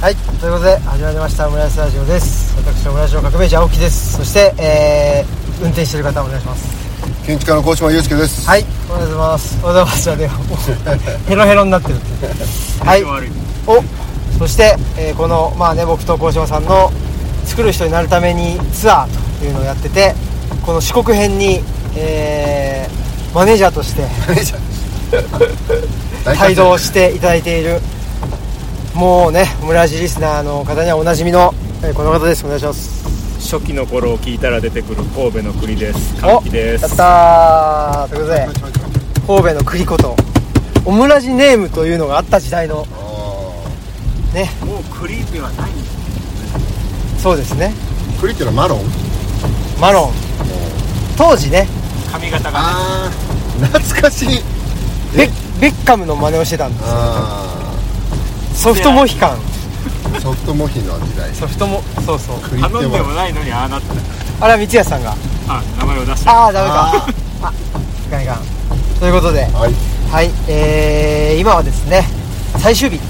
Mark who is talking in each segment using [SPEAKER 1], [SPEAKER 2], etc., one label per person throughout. [SPEAKER 1] はい、ということで始まりましたオムライスラジオです私オムライスの革命児青木ですそして、えー、運転してる方お願いします
[SPEAKER 2] 建築家の高島祐介です。
[SPEAKER 1] はいおはようございますおはようございますじゃねえよヘロヘロになってるってはいおそして、えーこのまあね僕と鴻島さんの作る人になるためにツアーというのをやっててこの四国編に、えーマネージャーとして帯同していただいているもうねオムラジリスナーの方にはおなじみの、えーこの方ですお願いします
[SPEAKER 3] 初期の頃を聞いたら出てくる神戸の国です
[SPEAKER 1] お
[SPEAKER 3] 歓喜です
[SPEAKER 1] やったーということで神戸の栗ことオムラジネームというのがあった時代のね
[SPEAKER 3] もう栗ではない
[SPEAKER 1] そうですね
[SPEAKER 2] 栗ってのはマロン。
[SPEAKER 1] マロン当時ね
[SPEAKER 3] 髪型が
[SPEAKER 2] ああ、懐かしい。
[SPEAKER 1] ベッベッカムの真似をしてたんです
[SPEAKER 2] あ
[SPEAKER 1] ソフトモヒカン
[SPEAKER 2] あ、ソフトモヒの時代。
[SPEAKER 1] ソフトモそうそう
[SPEAKER 2] 栗って
[SPEAKER 3] 頼んでもないのにああなった
[SPEAKER 1] あれは三ツ矢さんが
[SPEAKER 3] あ名前を出した
[SPEAKER 1] ああダメかいかんいかんということで
[SPEAKER 2] はい、
[SPEAKER 1] はい、えー、今はですね最終日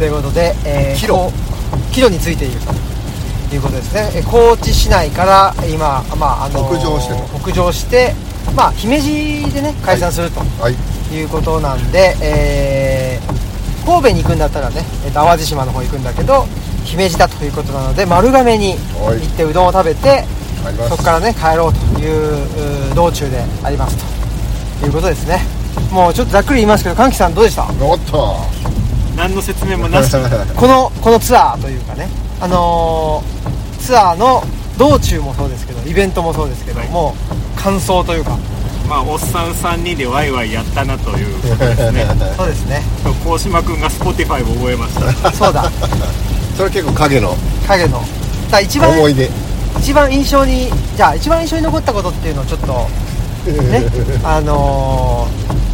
[SPEAKER 1] ということで、えー、
[SPEAKER 2] 帰路
[SPEAKER 1] こう帰路についているということですねえー高知市内から今、まああのー
[SPEAKER 2] 北上して
[SPEAKER 1] 北上してまあ、姫路でね解散すると
[SPEAKER 2] はい、
[SPEAKER 1] いうことなんで、えー神戸に行くんだったらね、えーと淡路島の方行くんだけど姫路だということなので丸亀に
[SPEAKER 2] はい
[SPEAKER 1] 行ってうどんを食べて
[SPEAKER 2] あります。
[SPEAKER 1] そこからね帰ろうというう道中でありますということですねもうちょっとざっくり言いますけど歓喜さんどうでした
[SPEAKER 2] おっと。
[SPEAKER 3] 何の説明もなし
[SPEAKER 1] このこのツアーというかねあのーツアーの道中もそうですけどイベントもそうですけど、
[SPEAKER 3] はい
[SPEAKER 1] もう感想というか
[SPEAKER 3] まあおっさん3人でワイワイやったなということで すね
[SPEAKER 1] そうですね
[SPEAKER 3] 高島君が Spotify を覚えました
[SPEAKER 1] そう だ
[SPEAKER 2] それ結構影の
[SPEAKER 1] 影のさあ一番
[SPEAKER 2] 思い出。
[SPEAKER 1] 一番印象にじゃあ一番印象に残ったことっていうのをちょっと ねあの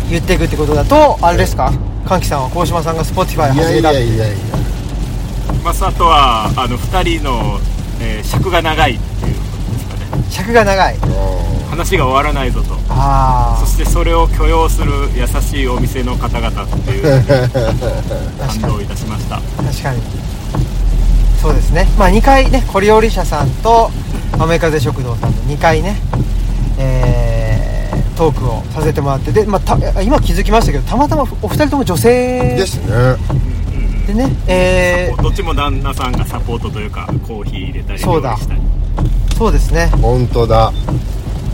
[SPEAKER 1] ー言っていくってことだとあれですか歓喜さんは鴻島さんが Spotify
[SPEAKER 2] い
[SPEAKER 1] 始
[SPEAKER 2] や
[SPEAKER 1] め
[SPEAKER 2] い
[SPEAKER 1] た
[SPEAKER 2] やいやいや。
[SPEAKER 3] まああとはあの2人の、えー尺が長いっていうことですかね
[SPEAKER 1] 尺が長い
[SPEAKER 2] うん
[SPEAKER 3] 話が終わらないぞと
[SPEAKER 1] あ
[SPEAKER 3] そしてそれを許容する優しいお店の方々っていう
[SPEAKER 1] あ確か
[SPEAKER 3] 感
[SPEAKER 1] に
[SPEAKER 3] 動いたしました
[SPEAKER 1] 確かにそうですねまあ2回ねコリオリ社さんと雨風食堂さんの2回ねえートークをさせてもらってで、まあ、た今気づきましたけどたまたまお二人とも女性
[SPEAKER 2] ですね。
[SPEAKER 1] でね、え
[SPEAKER 3] どっちも旦那さんがサポートというかコーヒー入れたり
[SPEAKER 1] そうだ
[SPEAKER 3] 料理したり
[SPEAKER 1] ーそうですね
[SPEAKER 2] 本当だ。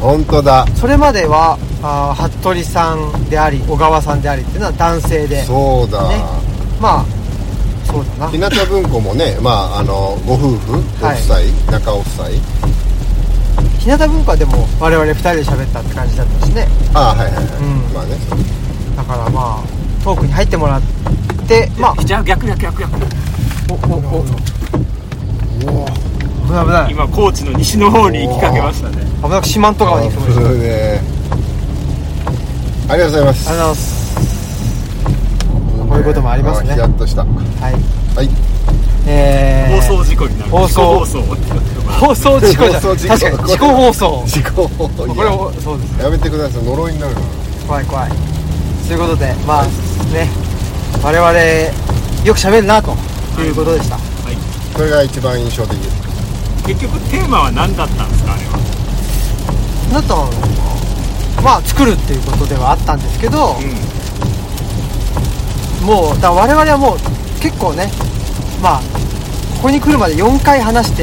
[SPEAKER 2] 本当だ。
[SPEAKER 1] それまではあー服部さんであり小川さんでありっていうのは男性で
[SPEAKER 2] そうだ。
[SPEAKER 1] ねまあそうだな
[SPEAKER 2] 日向文庫もね、まああのご夫婦、ご夫妻、中夫妻。
[SPEAKER 1] 日向文化はでも我々二人で喋ったって感じだったしね
[SPEAKER 2] ああ、はいはいはい。
[SPEAKER 1] うん
[SPEAKER 2] まあね。
[SPEAKER 1] だからまあトークに入ってもらってまあ
[SPEAKER 3] じゃあ逆逆逆逆
[SPEAKER 1] おおおお危ない危ない
[SPEAKER 3] 今高知の西の方に行きかけましたね
[SPEAKER 1] 危なく四万十川に行くとこでしたあり
[SPEAKER 2] そうねありがとうございます
[SPEAKER 1] がとうございますこういうこともありますね
[SPEAKER 2] ヒヤッとしたは
[SPEAKER 1] はい
[SPEAKER 2] い
[SPEAKER 1] え
[SPEAKER 3] 放
[SPEAKER 1] ー
[SPEAKER 3] 送事故になる
[SPEAKER 1] 放送
[SPEAKER 3] 事故放送
[SPEAKER 1] 放送事故じゃ
[SPEAKER 2] 放送
[SPEAKER 1] 確
[SPEAKER 2] 事
[SPEAKER 1] か
[SPEAKER 2] 故
[SPEAKER 1] に事故放送
[SPEAKER 2] 事故を
[SPEAKER 1] これをそうです
[SPEAKER 2] やめてください呪いになるな
[SPEAKER 1] 怖い怖いということでまあね我々よく喋るなということでした、
[SPEAKER 2] それが一番印象的
[SPEAKER 3] 結局テーマは何だったんですかあれは
[SPEAKER 1] だったのまあ作るっていうことではあったんですけど、
[SPEAKER 3] う
[SPEAKER 1] もうだから我々はもう結構ねまあここに来るまで4回話して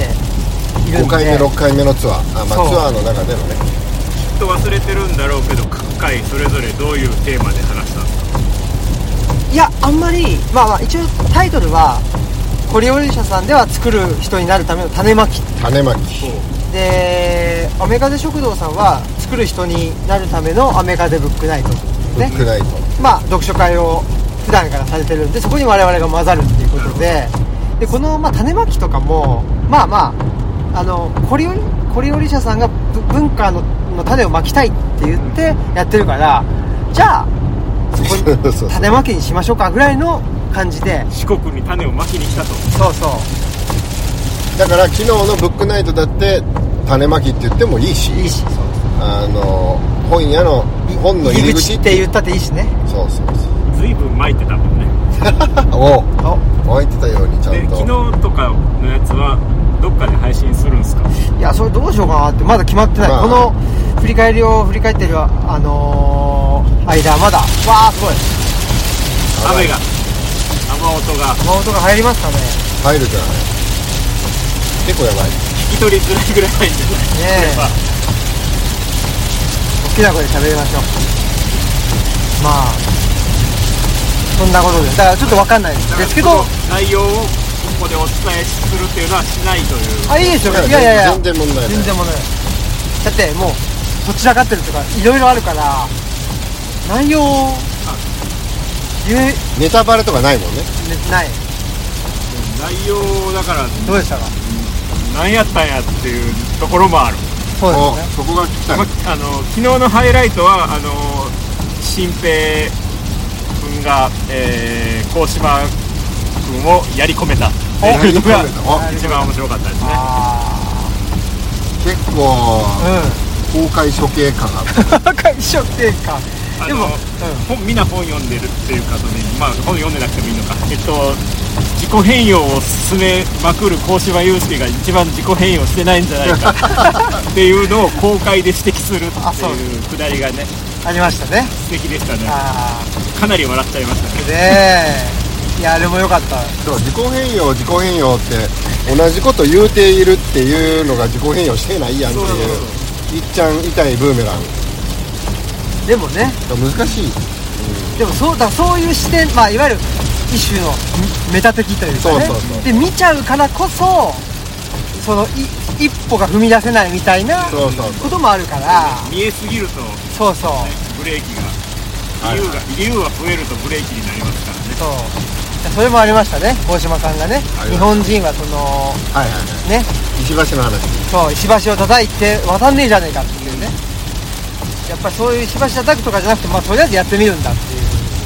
[SPEAKER 1] いるん
[SPEAKER 2] 5
[SPEAKER 1] で
[SPEAKER 2] 回目6回目のツアーあ、ま
[SPEAKER 1] そう
[SPEAKER 2] あ、ツアーの中でのね
[SPEAKER 3] んきっと忘れてるんだろうけど各回それぞれどういうテーマで話したんですか
[SPEAKER 1] いやあんまりまあまあ一応タイトルはコリオリ社さんでは作る人になるための種まき
[SPEAKER 2] 種まき
[SPEAKER 1] でアメカデ食堂さんは作る人になるためのアメカデブックナイト
[SPEAKER 2] ブ
[SPEAKER 1] ね
[SPEAKER 2] ックナイト
[SPEAKER 1] まあ読書会を普段からされてるんでそこに我々が混ざるっていうことででこの、まあ、種まきとかもまあまああのコリオリコリオリ社さんがぶ文化のの種をまきたいって言ってやってるからじゃあそこ
[SPEAKER 2] そう そうそ
[SPEAKER 1] に
[SPEAKER 2] う
[SPEAKER 1] 種まきにしましょうかぐらいの感じで
[SPEAKER 3] 四国に種をまきに来たと
[SPEAKER 1] そうそう
[SPEAKER 2] だから昨日のブックナイトだって種まきって言ってもいいし
[SPEAKER 1] いいしそう
[SPEAKER 2] あの本屋の本の入り口
[SPEAKER 1] って言ったっていいしね
[SPEAKER 2] そうそうそう
[SPEAKER 3] 随分まいてたもんね
[SPEAKER 2] お
[SPEAKER 1] お
[SPEAKER 2] 湧いてたようにちゃ
[SPEAKER 3] で
[SPEAKER 2] んと
[SPEAKER 3] 昨日はどっかで配信するんですか
[SPEAKER 1] いやそれどうしようかなってまだ決まってない、
[SPEAKER 2] まあ
[SPEAKER 1] この振り返りを振り返ってるあのー間まだわあすごい
[SPEAKER 3] 雨が雨音が
[SPEAKER 1] 雨音が入りますかね
[SPEAKER 2] 入るじゃない結構やばい
[SPEAKER 3] 聞き取りづらいぐらい入ってない
[SPEAKER 1] ねえ大きな声で喋りましょうまあそんなことでだからちょっとわかんない
[SPEAKER 3] だから
[SPEAKER 1] ですけ
[SPEAKER 3] そ
[SPEAKER 1] ど
[SPEAKER 3] の内容をここでお伝えするっていうのはしないという
[SPEAKER 1] あいいですよいやいやいや
[SPEAKER 2] 全然問題ない
[SPEAKER 1] 全然問題ないだってもうどちらかってるとかいろいろあるから内容を言え
[SPEAKER 2] ネタバレとかないもんね
[SPEAKER 1] ない
[SPEAKER 3] 内容だから
[SPEAKER 1] どうでしたか
[SPEAKER 3] 何やったんやっていうところもある、
[SPEAKER 1] そうですね
[SPEAKER 2] おそこが来た
[SPEAKER 3] ま
[SPEAKER 2] の
[SPEAKER 3] あの昨日のハイライトはあの新平君が、えー、高島君をやり込めたって
[SPEAKER 2] や
[SPEAKER 3] い
[SPEAKER 2] り
[SPEAKER 3] うの
[SPEAKER 2] 込めた
[SPEAKER 3] が
[SPEAKER 2] あ
[SPEAKER 3] 一番面白かったですね
[SPEAKER 1] あ
[SPEAKER 2] 結構
[SPEAKER 1] あ
[SPEAKER 2] 公開処刑感があった
[SPEAKER 1] うん 会食店か
[SPEAKER 3] あの
[SPEAKER 1] でも、うん、
[SPEAKER 3] 本みんな本読んでるっていうかそのまあ本読んでなくてもいいのかえっと自己変容を進めまくる高島祐介が一番自己変容してないんじゃないかっていうのを公開で指摘するって
[SPEAKER 1] あそう
[SPEAKER 3] いうくだりがね
[SPEAKER 1] ありましたね
[SPEAKER 3] 素敵でしたね
[SPEAKER 1] あ
[SPEAKER 3] かなり笑っちゃいました
[SPEAKER 1] あ
[SPEAKER 3] ね
[SPEAKER 1] でいやあれも良かった
[SPEAKER 2] そう自己変容自己変容って同じこと言うているっていうのが自己変容してないやんっていう
[SPEAKER 3] そうそう
[SPEAKER 2] いっちゃん痛いブーメラン
[SPEAKER 1] でもね
[SPEAKER 2] 難しい
[SPEAKER 1] でもそうだそういう視点、まあ、いわゆる一種のメメタ的というかね
[SPEAKER 2] そうそうそう
[SPEAKER 1] で見ちゃうからこそそのい一歩が踏み出せないみたいな
[SPEAKER 2] そうそうそう
[SPEAKER 1] こともあるから
[SPEAKER 3] 見えすぎると、ね、
[SPEAKER 1] そうそう
[SPEAKER 3] ブレーキが
[SPEAKER 2] はい
[SPEAKER 3] 理由が理由は増えるとブレーキになりますからね
[SPEAKER 1] そうそれもありましたね大島さんがね
[SPEAKER 2] あり
[SPEAKER 1] 日
[SPEAKER 2] が
[SPEAKER 1] 本人はその
[SPEAKER 2] はいはいは
[SPEAKER 1] ね
[SPEAKER 2] い石橋の話
[SPEAKER 1] そう石橋を叩いて渡んねえじゃねえかっていうねやっぱそういう石橋叩くとかじゃなくてまあとりあえずやってみるんだってい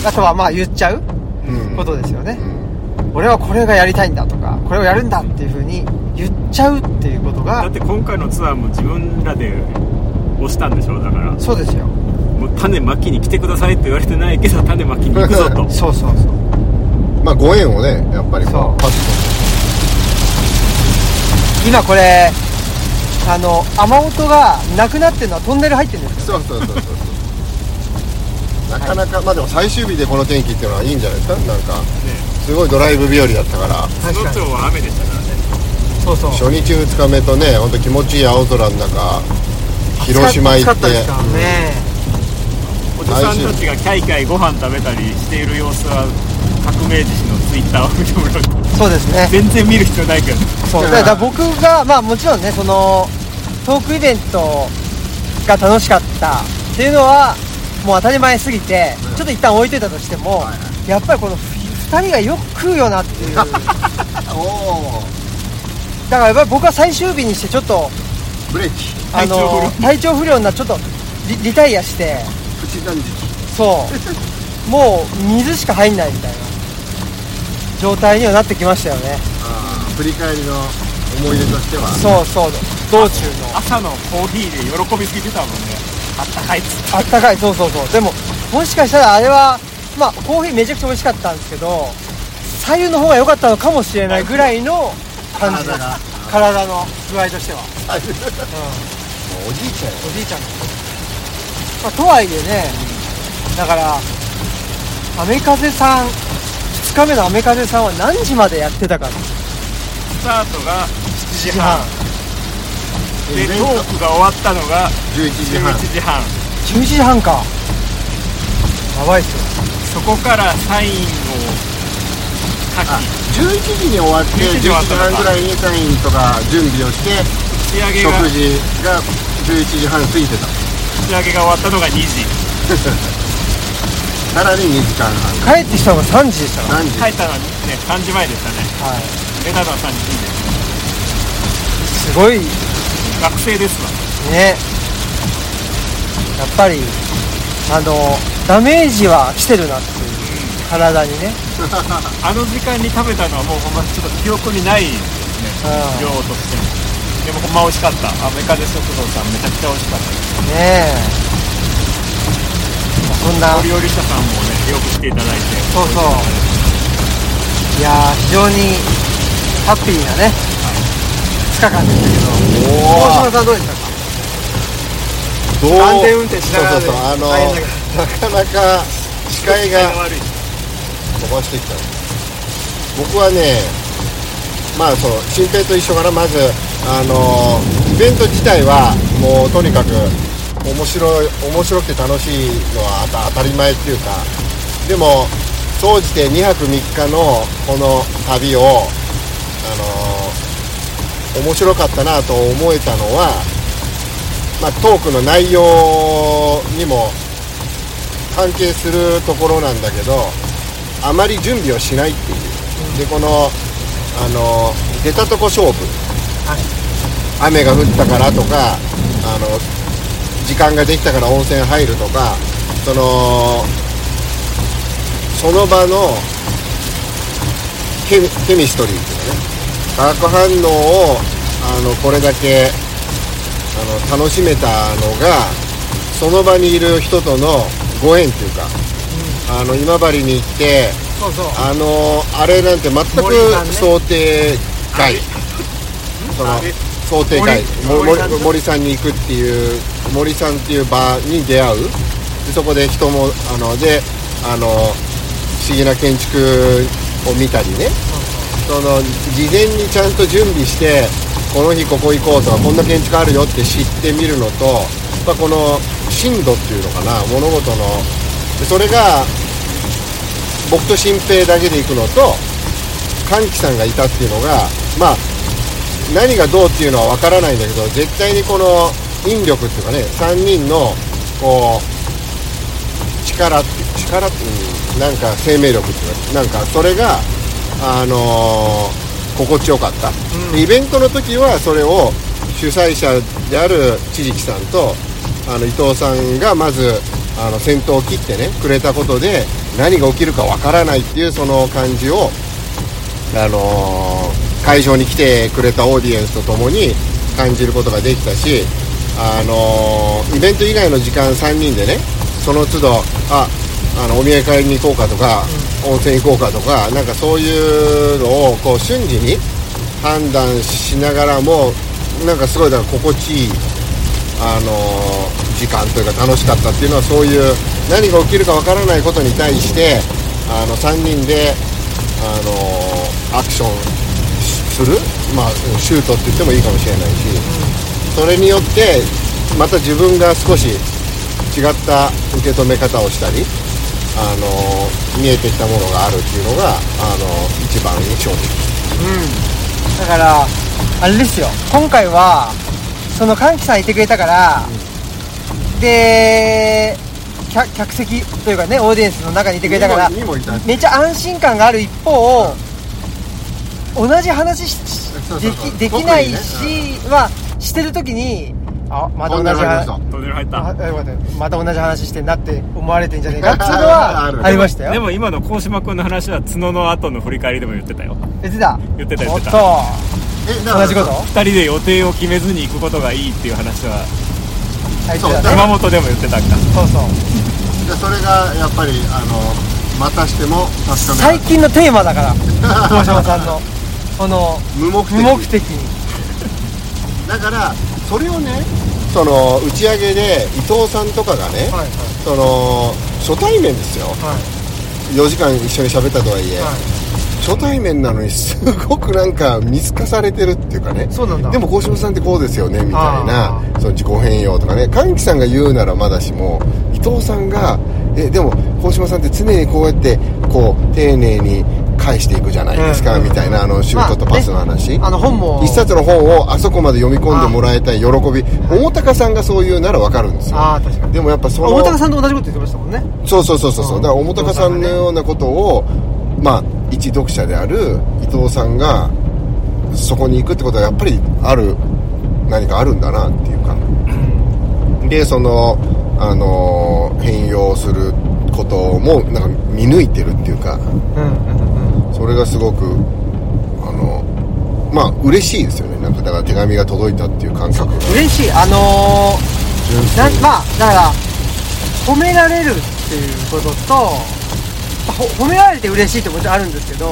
[SPEAKER 1] うあとはまあ言っちゃう
[SPEAKER 2] うん
[SPEAKER 1] ことですよね、
[SPEAKER 2] うん
[SPEAKER 1] 俺はこれがやりたいんだとかこれをやるんだっていうふうに言っちゃうっていうこと
[SPEAKER 3] だ
[SPEAKER 1] が
[SPEAKER 3] って今回のツアーも自分らで押したんでしょだから
[SPEAKER 1] そうですよ
[SPEAKER 3] もう種まきに来てくださいって言われてないけど種まきに行くぞ と
[SPEAKER 1] そうそうそう
[SPEAKER 2] まあご縁をねやっぱり
[SPEAKER 1] そう
[SPEAKER 2] こうパッ
[SPEAKER 1] 今これあの雨音がなくなってるのはトンネル入ってるんです
[SPEAKER 2] と
[SPEAKER 1] よ
[SPEAKER 2] そうそうそうそうそうなかなかまあでも最終日でこの天気っていうのはいいんじゃないですかなんか
[SPEAKER 3] ね
[SPEAKER 2] すごいドライブ日和だったから
[SPEAKER 3] その町は雨でしたからね
[SPEAKER 1] そうそう
[SPEAKER 2] 初日2日目とね本当気持ちいい青空の中広島行っ
[SPEAKER 1] 暑かった
[SPEAKER 2] て
[SPEAKER 1] ですからね
[SPEAKER 3] おじさんたちがキャイキャイご飯食べたりしている様子は革命児のツイッターを見てもらうと
[SPEAKER 1] そうですね
[SPEAKER 3] 全然見る必要ないけど
[SPEAKER 1] そうだから僕がまあもちろんねそのトークイベントが楽しかったっていうのはもう当たり前すぎてちょっと一旦置いといたとしても
[SPEAKER 2] はいは
[SPEAKER 1] やっぱりこの2人がよく食うよなっていうだか
[SPEAKER 2] お
[SPEAKER 1] らやっぱり僕は最終日にしてちょっと
[SPEAKER 2] おブレーキ
[SPEAKER 1] あの体調不良になってちょっとリリタイアして
[SPEAKER 2] プチ断食
[SPEAKER 1] そうもう水しか入んないみたいな状態にはなってきましたよね
[SPEAKER 2] あー振り返りの思い出としては
[SPEAKER 1] そうそう道中の
[SPEAKER 3] 朝のコーヒーで喜びすぎてたもんねあったかいっつって
[SPEAKER 1] あったかいそうそうそうでももしかしたらあれはまあコーヒーめちゃくちゃ美味しかったんですけど左右の方が良かったのかもしれないぐらいの感じです
[SPEAKER 2] 体が
[SPEAKER 1] 体の具合としては、う、
[SPEAKER 2] あもうんおじいちゃんよ
[SPEAKER 1] おじいちゃんの、まあ、とはいえねだから雨風さん2日目の雨風さんは何時までやってたか
[SPEAKER 3] スタートが7時半で
[SPEAKER 2] イ
[SPEAKER 3] ト
[SPEAKER 2] ベン
[SPEAKER 3] ー
[SPEAKER 2] ト
[SPEAKER 3] クが終わったのが
[SPEAKER 2] 11時半
[SPEAKER 3] 11時半
[SPEAKER 1] 11時半かやばいっすよ
[SPEAKER 3] そこからサインを
[SPEAKER 2] あ
[SPEAKER 3] 書
[SPEAKER 2] 11時に終わって11
[SPEAKER 3] 11時
[SPEAKER 2] 時
[SPEAKER 3] 終わったのか
[SPEAKER 2] 半ぐらいにサインとか準備をして
[SPEAKER 3] き打ち
[SPEAKER 2] 食
[SPEAKER 3] 上げが打
[SPEAKER 2] 事が11時半過ぎてた
[SPEAKER 3] ち上げが終わったのが2時
[SPEAKER 2] さらに2時間半
[SPEAKER 1] 帰ってきたのが3時でしたか
[SPEAKER 2] 何時
[SPEAKER 3] 帰ったのはね3時前でしたね
[SPEAKER 1] ら、はい、
[SPEAKER 3] 出たのは3時です
[SPEAKER 1] すごい
[SPEAKER 3] 学生ですわ
[SPEAKER 1] ねやっぱりあのダメージは来てるなっていう体にね、
[SPEAKER 3] あの時間に食べたのはもうほんまちょっと記憶にないですね
[SPEAKER 1] うん
[SPEAKER 3] 量としてもでもほんま美味しかったアメカデ食堂さんめちゃくちゃ美味しかった
[SPEAKER 1] ねえそんな
[SPEAKER 3] お料理者さんもねよく来ていただいて
[SPEAKER 1] そうそういやー非常にハッピーなね日間でしたけど大島
[SPEAKER 2] お
[SPEAKER 1] さんどうでしたか
[SPEAKER 2] どう
[SPEAKER 1] 安全運転しながらで
[SPEAKER 2] そうそうそうあの
[SPEAKER 1] 大変だけ
[SPEAKER 2] なかなか視界が
[SPEAKER 3] 悪い
[SPEAKER 2] 飛ばしてきた僕はねまあそう新平と一緒からまずあのイベント自体はもうとにかく面白い面白くて楽しいのはあた当たり前っていうかでも総じて2泊3日のこの旅をあの面白かったなと思えたのは、まあ、トークの内容にも関係するところなんだけどあまり準備をしないっていうでこのあの出たとこ勝負、
[SPEAKER 1] はい
[SPEAKER 2] 雨が降ったからとかあの時間ができたから温泉入るとかそのその場のケミケミストリーっていうかね化学反応をあのこれだけあの楽しめたのがその場にいる人とのご縁っていうか、あの今治に行って
[SPEAKER 1] そうそう
[SPEAKER 2] あのあれなんて全く
[SPEAKER 1] 森さんね
[SPEAKER 2] 想定外、その
[SPEAKER 3] あれ
[SPEAKER 2] 想定外
[SPEAKER 1] 森
[SPEAKER 2] 森森
[SPEAKER 1] 森さん
[SPEAKER 2] 森さんに行くっていう森さんっていう場に出会うでそこで人もあのであの不思議な建築を見たりねその事前にちゃんと準備してこの日ここ行こうとかこんな建築あるよって知ってみるのと、まあ、この深度っていうのかな物事のでそれが僕と新平だけで行くのと歓喜さんがいたっていうのがまあ何がどうっていうのは分からないんだけど絶対にこの引力っていうかね3人のこう力って力ってうんなんか生命力っていうかなんかそれがあのー心地よかった、でイベントの時はそれを主催者である千々木さんとあの伊藤さんがまずあの先頭を切ってねくれたことで何が起きるか分からないっていうその感じをあのー会場に来てくれたオーディエンスとともに感じることができたし、あのーイベント以外の時間3人でねその都度ああのお土産買いに行こうかとか、温泉行こうかとかなんかそういうのをこう瞬時に判断しながらもなんかすごいだから心地いい、あのー時間というか楽しかったっていうのはそういう何が起きるかわからないことに対してあの3人であのアクションする、まあ、シュートって言ってもいいかもしれないし、それによってまた自分が少し違った受け止め方をしたり、あの見えてきたものがあるっていうのが、あの一番印象的
[SPEAKER 1] うんだからあれですよ今回はその歓喜さんいてくれたから、で客客席というかねオーディエンスの中にいてくれたから
[SPEAKER 2] にもいた
[SPEAKER 1] めっちゃ安心感がある一方、同じ話しし
[SPEAKER 2] そうそ
[SPEAKER 1] で
[SPEAKER 2] うそう
[SPEAKER 1] きできない
[SPEAKER 2] 特に
[SPEAKER 1] し、はしてる時にあまた同じ話
[SPEAKER 2] 同じ
[SPEAKER 3] トンネル入っ
[SPEAKER 1] あ
[SPEAKER 3] た
[SPEAKER 1] よかったよまた同じ話してんなって思われてんじゃ ねえかっていうの
[SPEAKER 2] あるあ
[SPEAKER 1] は
[SPEAKER 2] る
[SPEAKER 1] ありました
[SPEAKER 3] で
[SPEAKER 1] よ
[SPEAKER 3] も今の鴻島君の話は角の後の振り返りでも言ってたよ
[SPEAKER 1] 言ってた
[SPEAKER 3] 言ってた言
[SPEAKER 1] お
[SPEAKER 3] っ
[SPEAKER 1] ってと
[SPEAKER 3] た
[SPEAKER 2] えだから
[SPEAKER 1] 同じこと
[SPEAKER 3] 2人で予定を決めずに行くことがいいっていう話は
[SPEAKER 1] あ言って
[SPEAKER 2] そう
[SPEAKER 1] た
[SPEAKER 2] だ
[SPEAKER 1] ね
[SPEAKER 3] 熊本でも言ってたんか
[SPEAKER 1] そうそう
[SPEAKER 2] でそれがやっぱり、あのまたしても確か
[SPEAKER 1] 最
[SPEAKER 2] めら
[SPEAKER 1] 近のテーマだ から大島さんのこの
[SPEAKER 2] 無目的
[SPEAKER 1] 無目的に
[SPEAKER 2] だからそれをねその打ち上げで伊藤さんとかがね、
[SPEAKER 1] はい
[SPEAKER 2] その初対面ですよ
[SPEAKER 1] はい
[SPEAKER 2] 4時間一緒に喋ったとはいえ、
[SPEAKER 1] はい
[SPEAKER 2] 初対面なのにすごくなんか見透かされてるっていうかね
[SPEAKER 1] そうなんだ
[SPEAKER 2] でも鴻島さんってこうですよねみたいな
[SPEAKER 1] あー
[SPEAKER 2] その自己変容とかね歓喜さんが言うならまだしも伊藤さんがえでも鴻島さんって常にこうやってこう丁寧に返していくじゃないですか、
[SPEAKER 1] うん
[SPEAKER 2] みたいなあのシュートとパスの話、
[SPEAKER 1] あの本も
[SPEAKER 2] 一冊の本をあそこまで読み込んでもらいたい喜び大高さんがそう言うならわかるんですよ
[SPEAKER 1] ああ確かに
[SPEAKER 2] でもやっぱその
[SPEAKER 1] 大高さんと同じこと言ってましたもんね
[SPEAKER 2] そうそうそうそうそう
[SPEAKER 1] うん
[SPEAKER 2] だから大高さんのようなことを、まあ一読者である伊藤さんがそこに行くってことはやっぱりある何かあるんだなっていうかでそのあのー変容することもなんか見抜いてるっていうか
[SPEAKER 1] うんうんうん
[SPEAKER 2] それがすごくあのまあ嬉しいですよねなんかだから手紙が届いたっていう感覚が
[SPEAKER 1] 嬉しいあの
[SPEAKER 2] 純
[SPEAKER 1] ー、な
[SPEAKER 2] 粋に
[SPEAKER 1] まあだから褒められるっていうこととほ褒められて嬉しいってもちろんあるんですけど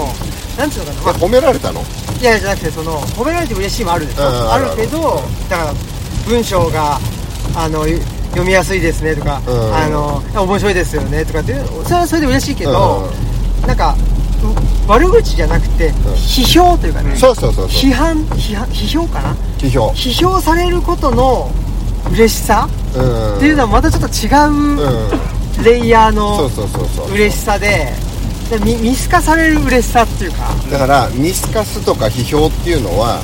[SPEAKER 1] なんつうのかな、ま
[SPEAKER 2] 褒められたの
[SPEAKER 1] あ、いやじゃなくてその褒められて嬉しいもあるでしょ、
[SPEAKER 2] うんうん
[SPEAKER 1] あるけどだから文章があのゆ読みやすいですねとか、
[SPEAKER 2] うん
[SPEAKER 1] あの面白いですよねとかっていうそれはそれで嬉しいけど、なんかう悪口じゃなくて批評というかね、
[SPEAKER 2] そうそうそうそ
[SPEAKER 1] 批
[SPEAKER 2] う
[SPEAKER 1] 判批判批評かな
[SPEAKER 2] 批評
[SPEAKER 1] 批評されることの嬉しさ
[SPEAKER 2] うん
[SPEAKER 1] っていうのはまたちょっと
[SPEAKER 2] うん
[SPEAKER 1] 違うレイヤー
[SPEAKER 2] そう
[SPEAKER 1] の
[SPEAKER 2] そうそうそう
[SPEAKER 1] 嬉しさでで見見透かされる嬉しさっていうか
[SPEAKER 2] だから見透かすとか批評っていうのは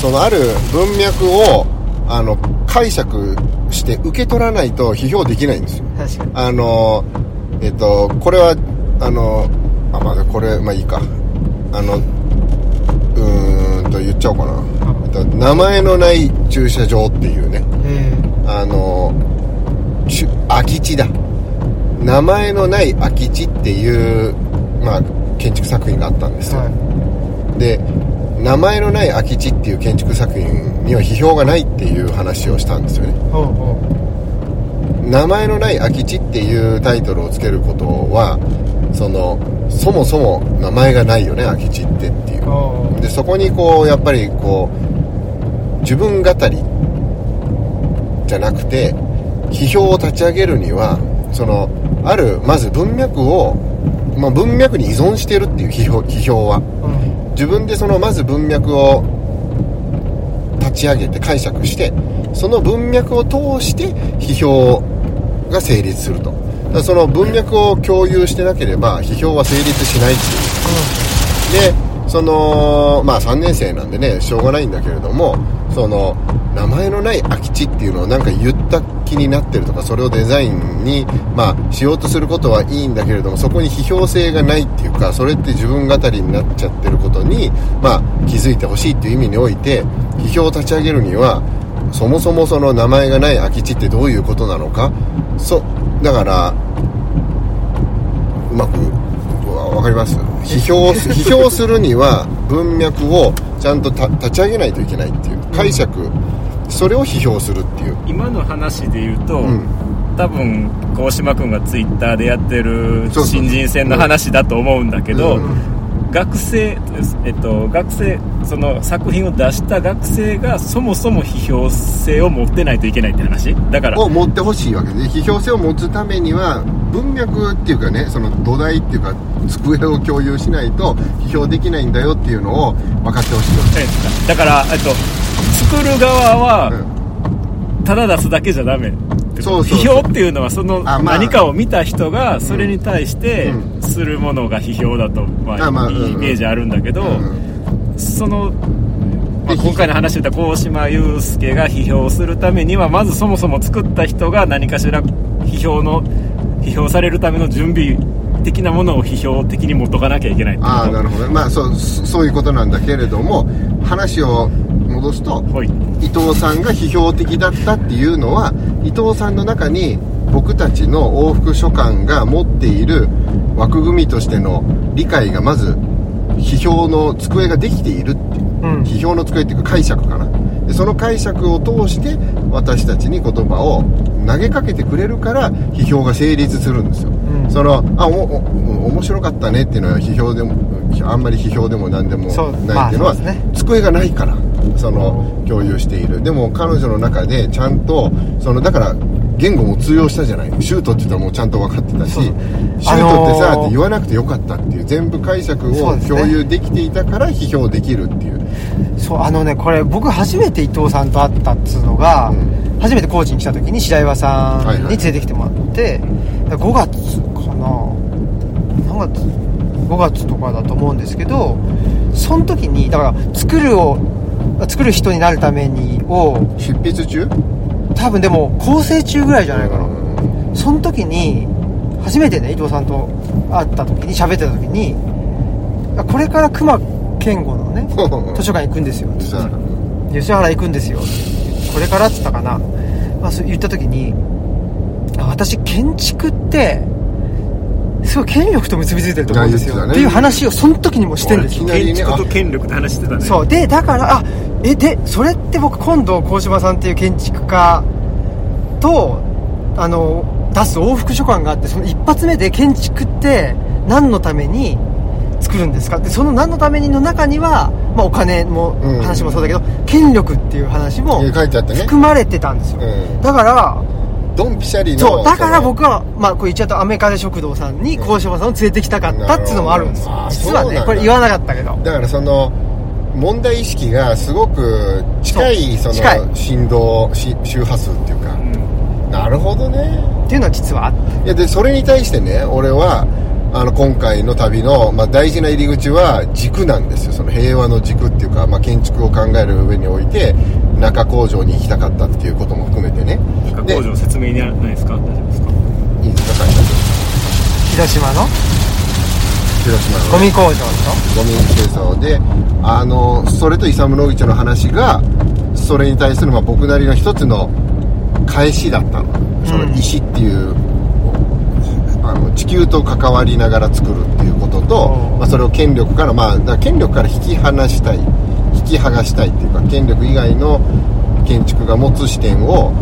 [SPEAKER 2] そのある文脈をあの解釈して受け取らないと批評できないんですよ
[SPEAKER 1] 確かに
[SPEAKER 2] あのえっとこれはあのあまあこれまあいいかあのうーんと言っちゃおうかな、えっと、名前のない駐車場っていうねあのしゅ空き地だ名前のない空き地っていう、まあ、建築作品があったんですよ、
[SPEAKER 1] は
[SPEAKER 2] で名前のない空き地っていう建築作品には批評がないっていう話をしたんですよね
[SPEAKER 1] いほうほ
[SPEAKER 2] 名前のない空き地っていうタイトルをつけることはそのそもそも名前がないよね空き地ってっていう
[SPEAKER 1] うほう
[SPEAKER 2] でそこにこうやっぱりこう自分語りじゃなくて批評を立ち上げるにはそのあるまず文脈を、まあ、文脈に依存してるっていう批評批評は
[SPEAKER 1] うん
[SPEAKER 2] 自分でそのまず文脈を立ち上げて解釈してその文脈を通して批評が成立するとだからその文脈を共有してなければ批評は成立しないっていうでそのまあ3年生なんでねしょうがないんだけれどもその名前のない空き地っていうのをなんか言った気になってるとかそれをデザインに、まあ、しようとすることはいいんだけれどもそこに批評性がないっていうかそれって自分語りになっちゃってることに、まあ、気づいてほしいっていう意味において批評を立ち上げるにはそもそもその名前がない空き地ってどういうことなのかそだからうまくわわかります批評す 批評するには文脈をちゃんとた立ち上げないといけないっていう解釈それを批評するっていう、
[SPEAKER 3] 今の話で言うと、
[SPEAKER 2] うん、
[SPEAKER 3] 多分鴻島君がツイッターでやってる
[SPEAKER 2] そうそう
[SPEAKER 3] 新人戦の話だと思うんだけど、
[SPEAKER 2] うん
[SPEAKER 3] 学生、えっと、学生その作品を出した学生がそもそも批評性を持ってないといけないって話だから
[SPEAKER 2] を持ってほしいわけですね批評性を持つためには文脈っていうかねその土台っていうか机を共有しないと批評できないんだよっていうのを分かってほしいわ
[SPEAKER 3] えっとだから、えっと、作る側は、
[SPEAKER 2] け、うん
[SPEAKER 3] ただ出すだけじゃダメってこと
[SPEAKER 2] そうそうそう
[SPEAKER 3] 批評っていうのはその
[SPEAKER 2] あまあ
[SPEAKER 3] 何かを見た人がそれに対して
[SPEAKER 2] う
[SPEAKER 3] するものが批評だと、まあ
[SPEAKER 2] あまあ
[SPEAKER 3] い
[SPEAKER 2] うんう
[SPEAKER 3] い
[SPEAKER 2] ん
[SPEAKER 3] イメージあるんだけど、
[SPEAKER 2] うん
[SPEAKER 3] その、まあ、
[SPEAKER 2] で
[SPEAKER 3] 今回の話で言った鴻島祐介が批評するためにはまずそもそも作った人が何かしら批評の批評されるための準備的なものを批評的に持っとかなきゃいけないってこと
[SPEAKER 2] ああなるほどねまあそうそそういうことなんだけれども話を戻すと
[SPEAKER 3] ほい
[SPEAKER 2] 伊藤さんが批評的だったっていうのは伊藤さんの中に僕たちの往復書簡が持っている枠組みとしての理解がまず批評の机ができているっていう
[SPEAKER 1] うんうん
[SPEAKER 2] 批評の机っていうか解釈かなでその解釈を通して私たちに言葉を投げかけてくれるから批評が成立するんですよ
[SPEAKER 1] うん
[SPEAKER 2] そのあおおうん面白かったねっていうのは批評でもあんまり批評でも何でも
[SPEAKER 1] そう
[SPEAKER 2] ないっていうの
[SPEAKER 1] まあそう
[SPEAKER 2] は、
[SPEAKER 1] ですね
[SPEAKER 2] 机がないからその共有しているでも彼女の中でちゃんとそのだから言語も通用したじゃないシュートって言ったらもうちゃんと分かってたしシ
[SPEAKER 1] そ
[SPEAKER 2] ュ
[SPEAKER 1] う
[SPEAKER 2] ートってさ、
[SPEAKER 1] あのー
[SPEAKER 2] って言わなくてよかったっていう全部解釈
[SPEAKER 1] そう
[SPEAKER 2] を
[SPEAKER 1] ですね
[SPEAKER 2] 共有できていたから批評できるっていう
[SPEAKER 1] そうあのねこれ僕初めて伊藤さんと会ったっつうのが、
[SPEAKER 2] うん
[SPEAKER 1] 初めて高知に来た時に白岩さんに連れてきてもらって、5月かな何月5月とかだと思うんですけどその時にだから作るを作る人になるためにを
[SPEAKER 2] 執筆中
[SPEAKER 1] 多分でも構成中ぐらいじゃないかな、
[SPEAKER 2] うん
[SPEAKER 1] その時に初めてね伊藤さんと会った時に喋ってた時にこれから熊健吾のね図書館行くんですよ
[SPEAKER 2] さあ
[SPEAKER 1] 吉原行くんですよこれからっつったかな、まあ、そう言った時にあ私建築ってすごい権力と結びついてると思うんですよ
[SPEAKER 2] あ言ってたね
[SPEAKER 1] っていう話をその時にもしてるんです
[SPEAKER 2] いき
[SPEAKER 1] よ
[SPEAKER 2] なりね
[SPEAKER 3] 建築と権力って話してたね
[SPEAKER 1] そうでだからあえでそれって僕今度鴻島さんっていう建築家とあの出す往復書簡があってその一発目で建築って何のために作作るんですかでその何のためにの中には、まあ、お金も
[SPEAKER 2] うん
[SPEAKER 1] 話もそうだけど、権力っていう話も
[SPEAKER 2] いや書いてあったね
[SPEAKER 1] 含まれてたんですよ、
[SPEAKER 2] うん
[SPEAKER 1] だから
[SPEAKER 2] ドンピシャリの
[SPEAKER 1] そうだから
[SPEAKER 2] その
[SPEAKER 1] 僕は、まあ、これ言っちゃうとアメカジ食堂さんに鴻島さんを連れてきたかったっていうのもあるんですよ
[SPEAKER 2] なるほど
[SPEAKER 1] 実は
[SPEAKER 2] あそう
[SPEAKER 1] ね
[SPEAKER 2] なんだ
[SPEAKER 1] これ言わなかったけど
[SPEAKER 2] だからその問題意識がすごく近い
[SPEAKER 1] そ
[SPEAKER 2] そう
[SPEAKER 1] 近
[SPEAKER 2] の振動し周波数っていうか
[SPEAKER 3] うん
[SPEAKER 2] なるほどね
[SPEAKER 1] っていうのは実はあって
[SPEAKER 2] いやでそれに対してね俺はあの今回の旅の、まあ、大事な入り口は軸なんですよその平和の軸っていうか、まあ、建築を考える上において中工場に行きたかったっていうことも含めてね
[SPEAKER 3] 中
[SPEAKER 2] で
[SPEAKER 3] 工場説明にならないですか大丈夫ですか
[SPEAKER 2] 飯塚さんたち
[SPEAKER 1] 広島の
[SPEAKER 2] 広島
[SPEAKER 1] ゴ
[SPEAKER 2] の
[SPEAKER 1] ミ工場と
[SPEAKER 2] ゴミ清掃であのそれとイサム・ロギチの話がそれに対する、まあ、僕なりの一つの返しだったのその
[SPEAKER 1] うん
[SPEAKER 2] 石っていう、あの地球と関わりながら作るっていうことと、
[SPEAKER 1] おう
[SPEAKER 2] まあ、それを権力から,、まあ、だから権力から引き離したい引き剥がしたいっていうか権力以外の建築が持つ視点を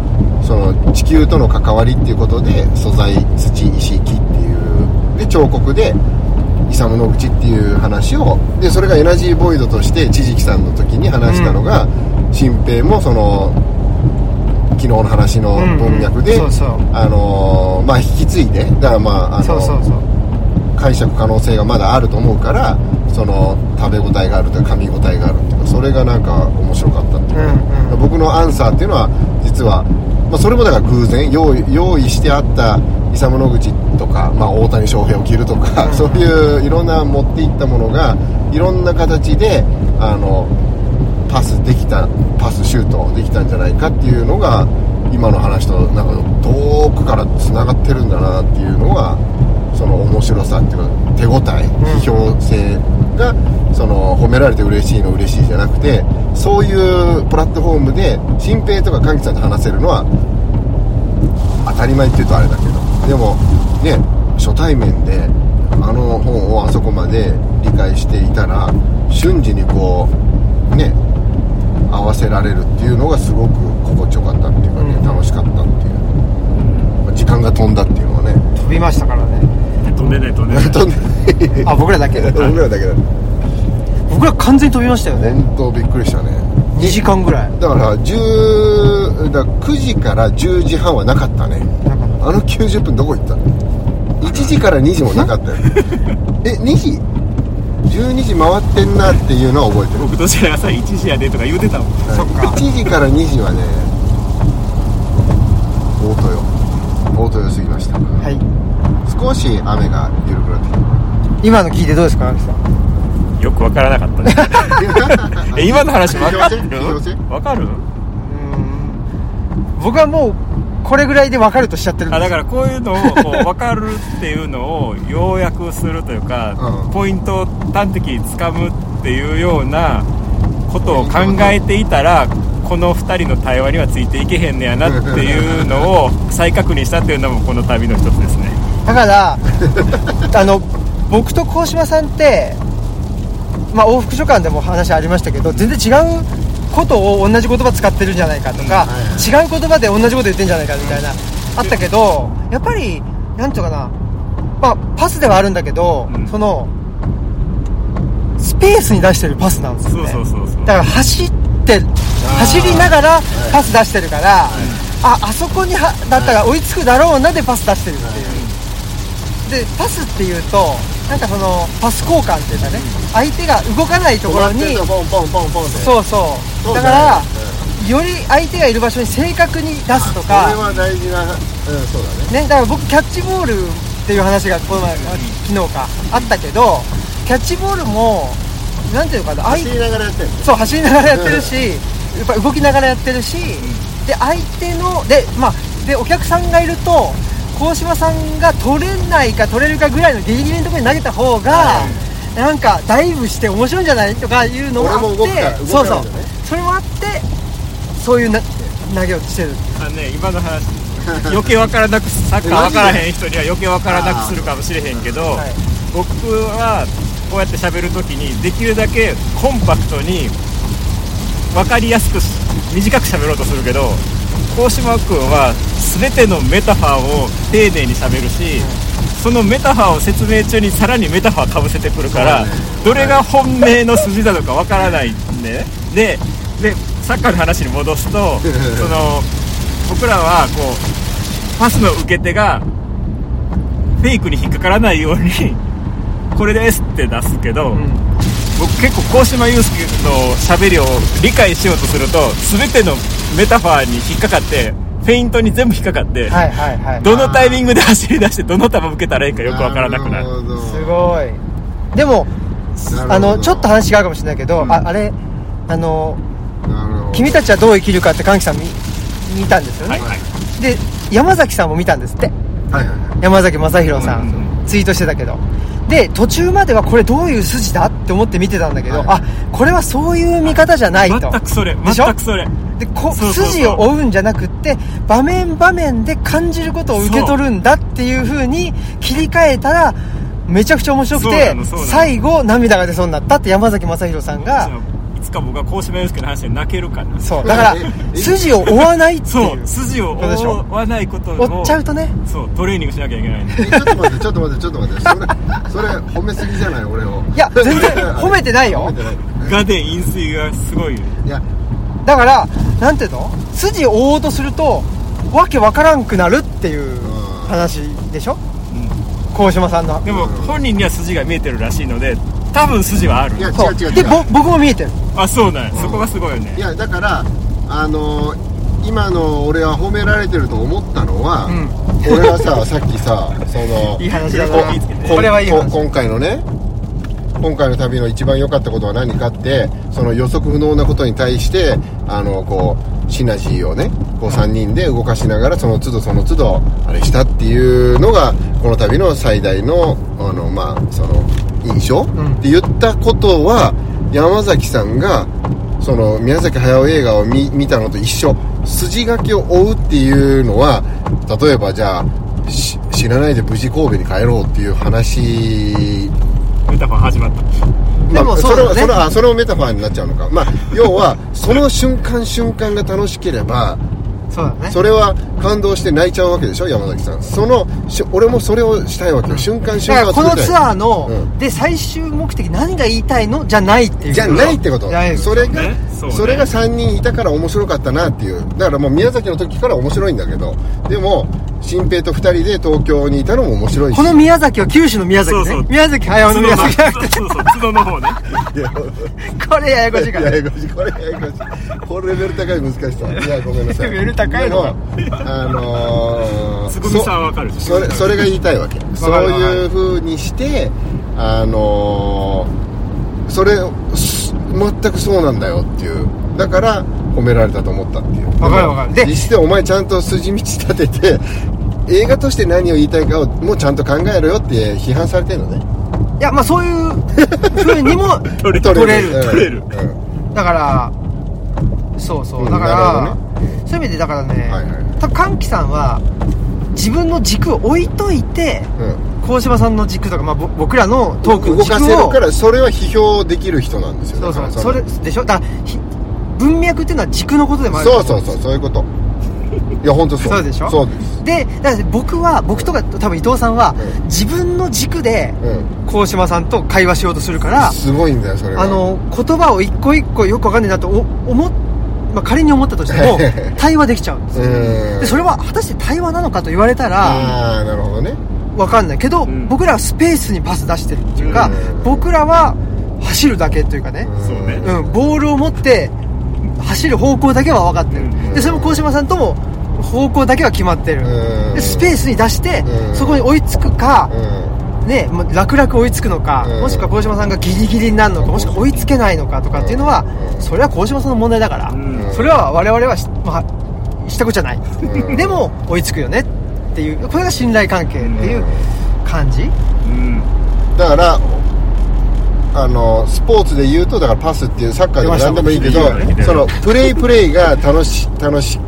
[SPEAKER 2] その地球との関わりっていうことで素材土石木っていうで彫刻でイサム・ノグチっていう話をでそれがエナジーボイドとして千々木さんの時に話したのが、新平もその昨日の話の
[SPEAKER 1] うんうん
[SPEAKER 2] 文脈で、
[SPEAKER 1] そうそう
[SPEAKER 2] あのーまあ引き継いでだからまああの
[SPEAKER 1] そうそうそう
[SPEAKER 2] 解釈可能性がまだあると思うからその食べ応えがあるというか噛み応えがあるっていうかそれがなんか面白かったっていうか、
[SPEAKER 1] うんうん
[SPEAKER 2] 僕のアンサーっていうのは実は、まあ、それもだから偶然用意用意してあったイサム・ノグチとか、まあ、大谷翔平を着るとか、
[SPEAKER 1] うん
[SPEAKER 2] そういういろんな持っていったものがいろんな形であのパスできたパスシュートできたんじゃないかっていうのが今の話となんか遠くからつながってるんだなっていうのがその面白さっていうか手応え
[SPEAKER 1] ん
[SPEAKER 2] 批評性がその褒められて嬉しいの嬉しいじゃなくてそういうプラットフォームで新平とか柑樹さんと話せるのは当たり前っていうとあれだけどでもね初対面であの本をあそこまで理解していたら瞬時にこうね合わせられるっていうのがすごく心地よかったっていうかね、
[SPEAKER 1] うん
[SPEAKER 2] 楽しかったっていう時間が飛んだっていうのは ね
[SPEAKER 1] 飛びましたからね
[SPEAKER 3] 飛んでない飛んでない
[SPEAKER 2] 飛んでない
[SPEAKER 1] あ僕らだ け
[SPEAKER 2] 僕らだけだ
[SPEAKER 1] 僕ら完全に飛びましたよね
[SPEAKER 2] 本当びっくりしたね
[SPEAKER 1] 2時間ぐらい
[SPEAKER 2] だから10だから9時から10時半はなかったね
[SPEAKER 1] なんか
[SPEAKER 2] あの90分どこ行ったの1時から2時もなかったよえ2時12時回ってんなっていうのは覚えてる
[SPEAKER 3] 僕と白がさ1時やでとか言うてたもん
[SPEAKER 1] そっか
[SPEAKER 2] 1時から2時はね大豊大豊過ぎました
[SPEAKER 1] はい
[SPEAKER 2] 少し雨が緩くなってきた
[SPEAKER 1] 今の聞いてどうですか荒木さん
[SPEAKER 3] よくわからなかったね え今の話わかる
[SPEAKER 2] 引き寄せ引き寄せ
[SPEAKER 3] わかる
[SPEAKER 1] 僕はもうこれぐらいで分かるとしちゃってるん
[SPEAKER 3] あ
[SPEAKER 1] で
[SPEAKER 3] だ
[SPEAKER 1] す
[SPEAKER 3] からこういうのをこう分かるっていうのを要約するというか、
[SPEAKER 2] うん
[SPEAKER 3] ポイントを端的につかむっていうようなことを考えていたらこの2人の対話にはついていけへんねやなっていうのを再確認したっていうのもこの旅の一つですね
[SPEAKER 1] だから あの僕と鴻島さんって、まあ、往復書簡でも話ありましたけど全然違うことを同じ言葉使ってるんじゃないかとか、
[SPEAKER 2] うんはいはい
[SPEAKER 1] 違う言葉で同じこと言ってんじゃないかみたいな、あったけどやっぱりなんていうのかな、まあ、パスではあるんだけど、
[SPEAKER 3] うん
[SPEAKER 1] そのスペースに出してるパスなんですよ、ね、
[SPEAKER 3] そうそうそうそう
[SPEAKER 1] だから走って走りながらパス出してるから、ああそこにはだったら追いつくだろうなでパス出してるっていう、でパスっていうとなんかそのパス交換っていうかね、相手が動かないところに
[SPEAKER 2] ポンポンポンポンって
[SPEAKER 1] そうそうだからより相手がいる場所に正確に出すと
[SPEAKER 2] それ
[SPEAKER 1] か、
[SPEAKER 2] は大事なうんそうだ
[SPEAKER 1] ね、
[SPEAKER 2] ね
[SPEAKER 1] だから僕キャッチボールっていう話がこの前昨日かあったけどキャッチボールもなんていうのかな相手
[SPEAKER 2] 走りながらやってるんです
[SPEAKER 1] そう走りながらやってるし、やっぱ動きながらやってるし、で相手のでまあでお客さんがいると鴻島さんが取れないか取れるかぐらいのギリギリのところに投げた方が、なんかダイブして面白いんじゃないとかいうのもあって
[SPEAKER 2] 俺も動くから動かない
[SPEAKER 1] そうそう
[SPEAKER 2] よね
[SPEAKER 1] それもあってそういうな投げをしてる
[SPEAKER 3] あのね今の話余計わからなくサッカーわからへん人には余計わからなくするかもしれへんけど、
[SPEAKER 1] はい
[SPEAKER 3] 僕はこうやって喋るときにできるだけコンパクトに分かりやすくし短く喋ろうとするけど鴻島君は全てのメタファーを丁寧にしゃべるし、そのメタファーを説明中にさらにメタファーかぶせてくるから、どれが本命の筋なのかわからないんでねででサッカーの話に戻すとその僕らはこうパスの受け手がフェイクに引っかからないようにこれですって出すけど、僕結構鴻島祐介の喋りを理解しようとすると全てのメタファーに引っかかってフェイントに全部引っかかって、
[SPEAKER 1] はいはいはい
[SPEAKER 3] どのタイミングで走り出してどの球受けたらいいかよくわからなくなる
[SPEAKER 2] るほど
[SPEAKER 1] すごいでも
[SPEAKER 2] なるほど
[SPEAKER 1] あのちょっと話があるかもしれないけど、
[SPEAKER 3] うん
[SPEAKER 1] ああれあの
[SPEAKER 2] なるほど
[SPEAKER 1] 君たちはどう生きるかって神木さん見見たんですよ
[SPEAKER 3] は
[SPEAKER 1] ね、
[SPEAKER 3] いはい
[SPEAKER 1] で山崎さんも見たんですって
[SPEAKER 2] はいはいはい
[SPEAKER 1] 山崎正弘さん、
[SPEAKER 3] うん
[SPEAKER 1] ツイートしてたけどで途中まではこれどういう筋だって思って見てたんだけど、
[SPEAKER 2] はい
[SPEAKER 1] あこれはそういう見方じゃないと
[SPEAKER 3] 全くそれ
[SPEAKER 1] でしょ
[SPEAKER 3] 全くそれ
[SPEAKER 1] でこ
[SPEAKER 3] そうそうそう
[SPEAKER 1] 筋を追うんじゃなくって場面場面で感じることを受け取るんだっていう風に切り替えたらめちゃくちゃ面白く
[SPEAKER 3] そうな
[SPEAKER 1] て
[SPEAKER 3] のそうなの
[SPEAKER 1] 最後涙が出そうになったって山崎正弘さんが
[SPEAKER 3] いつか僕は鴻島祐介の話で泣けるかな
[SPEAKER 1] そうだか
[SPEAKER 2] え
[SPEAKER 1] ら筋を追わないって
[SPEAKER 3] そ
[SPEAKER 1] いう
[SPEAKER 3] う筋を
[SPEAKER 1] そうでし
[SPEAKER 3] 追
[SPEAKER 1] ょ
[SPEAKER 3] わないことを
[SPEAKER 1] 追っちゃうとね
[SPEAKER 3] そうトレーニングしなきゃいけない んで
[SPEAKER 2] えちょっと待ってちょっと待ってちょっと待ってそれそれ褒めすぎじゃない俺を
[SPEAKER 1] いや 全然褒めてないよ
[SPEAKER 2] 褒めてない
[SPEAKER 3] ガデン飲水がすごいよ
[SPEAKER 2] いや
[SPEAKER 1] だからなんていうの筋を追おうとするとわけわからんくなるっていう話でしょ鴻島さんの
[SPEAKER 3] でも本人には筋が見えてるらしいので多分筋はある
[SPEAKER 2] いや違
[SPEAKER 1] そう
[SPEAKER 2] う違う違う
[SPEAKER 1] でぼ僕も見えてる
[SPEAKER 3] あそうなんや
[SPEAKER 2] ん
[SPEAKER 3] そこがすごいよね
[SPEAKER 2] いやだからあのー今の俺は褒められてると思ったのは、俺はささっきさその
[SPEAKER 1] いい話だ
[SPEAKER 3] こ
[SPEAKER 1] な
[SPEAKER 2] こ
[SPEAKER 1] これはいい話
[SPEAKER 2] こ今回のね今回の旅の一番良かったことは何かってその予測不能なことに対してあのこうシナジーをねこう3人で動かしながらその都度その都度あれしたっていうのがこの旅の最大のあのまあその印象、
[SPEAKER 1] ん
[SPEAKER 2] って言ったことは山崎さんがその宮崎駿映画を見見たのと一緒筋書きを追うっていうのは例えばじゃあし知らないで無事神戸に帰ろうっていう話
[SPEAKER 3] メタファー始まった
[SPEAKER 1] でもそうだよね
[SPEAKER 2] それはそれはそれをメタファーになっちゃうのか、まあ、要はその瞬間瞬間が楽しければ
[SPEAKER 1] そうだね
[SPEAKER 2] それは感動して泣いちゃうわけでしょ山崎さんそのし俺もそれをしたいわけよ瞬間瞬
[SPEAKER 1] だか
[SPEAKER 2] 間
[SPEAKER 1] らこ
[SPEAKER 2] を
[SPEAKER 1] の
[SPEAKER 2] 作りたい
[SPEAKER 1] ツアーの、
[SPEAKER 2] うん
[SPEAKER 1] で最終目的何が言いたいのじゃないっていう
[SPEAKER 2] じゃないってこと
[SPEAKER 1] じゃないです
[SPEAKER 2] それが
[SPEAKER 3] ねそうね
[SPEAKER 2] それが3人いたから面白かったなっていうだからもう宮崎の時から面白いんだけどでも新平と2人で東京にいたのも面白いし
[SPEAKER 1] この宮崎は九州の宮崎ね
[SPEAKER 3] そうそう
[SPEAKER 1] 宮崎駿の
[SPEAKER 3] 角
[SPEAKER 1] 宮
[SPEAKER 3] の
[SPEAKER 1] 崎じゃなくて
[SPEAKER 3] そうそう角の方ね
[SPEAKER 1] これややこしいか
[SPEAKER 2] や
[SPEAKER 1] ら
[SPEAKER 2] やこしいこれややこしいこれレベル高い難しさいやごめんなさい
[SPEAKER 1] レベル高いのか
[SPEAKER 2] でもあのー、
[SPEAKER 3] つぐみさんはわかるでしょ
[SPEAKER 2] そそれそれが言いたいわ けそういうふうにしてあのーそれす全くそうなんだよっていうだから褒められたと思ったっていう
[SPEAKER 1] わかるわかる
[SPEAKER 2] で
[SPEAKER 1] で
[SPEAKER 2] も実質でお前ちゃんと筋道立てて映画として何を言いたいかをもうちゃんと考えろよって批判されてるのね
[SPEAKER 1] いやまあそういうふうに も
[SPEAKER 3] 取れ
[SPEAKER 1] 取れる
[SPEAKER 2] うん
[SPEAKER 3] 取れる
[SPEAKER 2] うん
[SPEAKER 1] だからそうそう
[SPEAKER 2] うん
[SPEAKER 1] だ
[SPEAKER 2] な
[SPEAKER 1] か
[SPEAKER 2] るほ
[SPEAKER 1] ら、そういう意味でだからね、
[SPEAKER 2] はいはい
[SPEAKER 1] 多分歓喜さんは自分の軸を置いといて
[SPEAKER 2] うん
[SPEAKER 1] 鴻島さんの軸とか、まあ、ぼ僕らのトークの
[SPEAKER 2] 動
[SPEAKER 1] 軸を
[SPEAKER 2] かせるからそれは批評できる人なんですよ
[SPEAKER 1] そうそ
[SPEAKER 2] だ
[SPEAKER 1] う
[SPEAKER 2] から
[SPEAKER 1] それでしょだからひ文脈っていうのは軸のことでもある
[SPEAKER 2] そうそうそうそういうこといや本当そう
[SPEAKER 1] そうでしょ
[SPEAKER 2] そうで
[SPEAKER 1] で
[SPEAKER 2] す
[SPEAKER 1] だから僕は僕とか多分伊藤さんは、
[SPEAKER 2] うん
[SPEAKER 1] 自分の軸で
[SPEAKER 2] うん
[SPEAKER 1] 鴻島さんと会話しようとするから
[SPEAKER 2] すごいんだよそれは
[SPEAKER 1] あの言葉を一個一個よくわかんないなとお思っ、まあ、仮に思ったとして も対話できちゃうんですよ
[SPEAKER 2] うん
[SPEAKER 1] でそれは果たして対話なのかと言われたら
[SPEAKER 2] ああなるほどね
[SPEAKER 1] わかんないけど、
[SPEAKER 3] ん
[SPEAKER 1] 僕らはスペースにパス出してるっていうか、
[SPEAKER 2] うん
[SPEAKER 1] 僕らは走るだけというかね、
[SPEAKER 3] そうね
[SPEAKER 1] うん、ボールを持って走る方向だけは分かってる、
[SPEAKER 3] うん
[SPEAKER 1] でそれも鴻島さんとも方向だけは決まってる、
[SPEAKER 2] うん
[SPEAKER 1] でスペースに出して、
[SPEAKER 2] うん
[SPEAKER 1] そこに追いつくか
[SPEAKER 2] う、ん
[SPEAKER 1] ね、ま楽々追いつくのか、
[SPEAKER 2] うん
[SPEAKER 1] もしくは鴻島さんがギリギリになるのかもしくは追いつけないのかとかっていうのは、
[SPEAKER 2] うん
[SPEAKER 1] それは鴻島さんの問題だから、
[SPEAKER 3] うん
[SPEAKER 1] それは我々はし,、まあ、したことじゃない、
[SPEAKER 2] うん
[SPEAKER 1] でも追いつくよねっていうこれが信頼関係っていう感じ、
[SPEAKER 3] うん
[SPEAKER 2] だからあのスポーツで言うとだからパスっていうサッカーでも何でもいいけど
[SPEAKER 3] 出ました
[SPEAKER 2] そのプレイプレイが楽し楽しい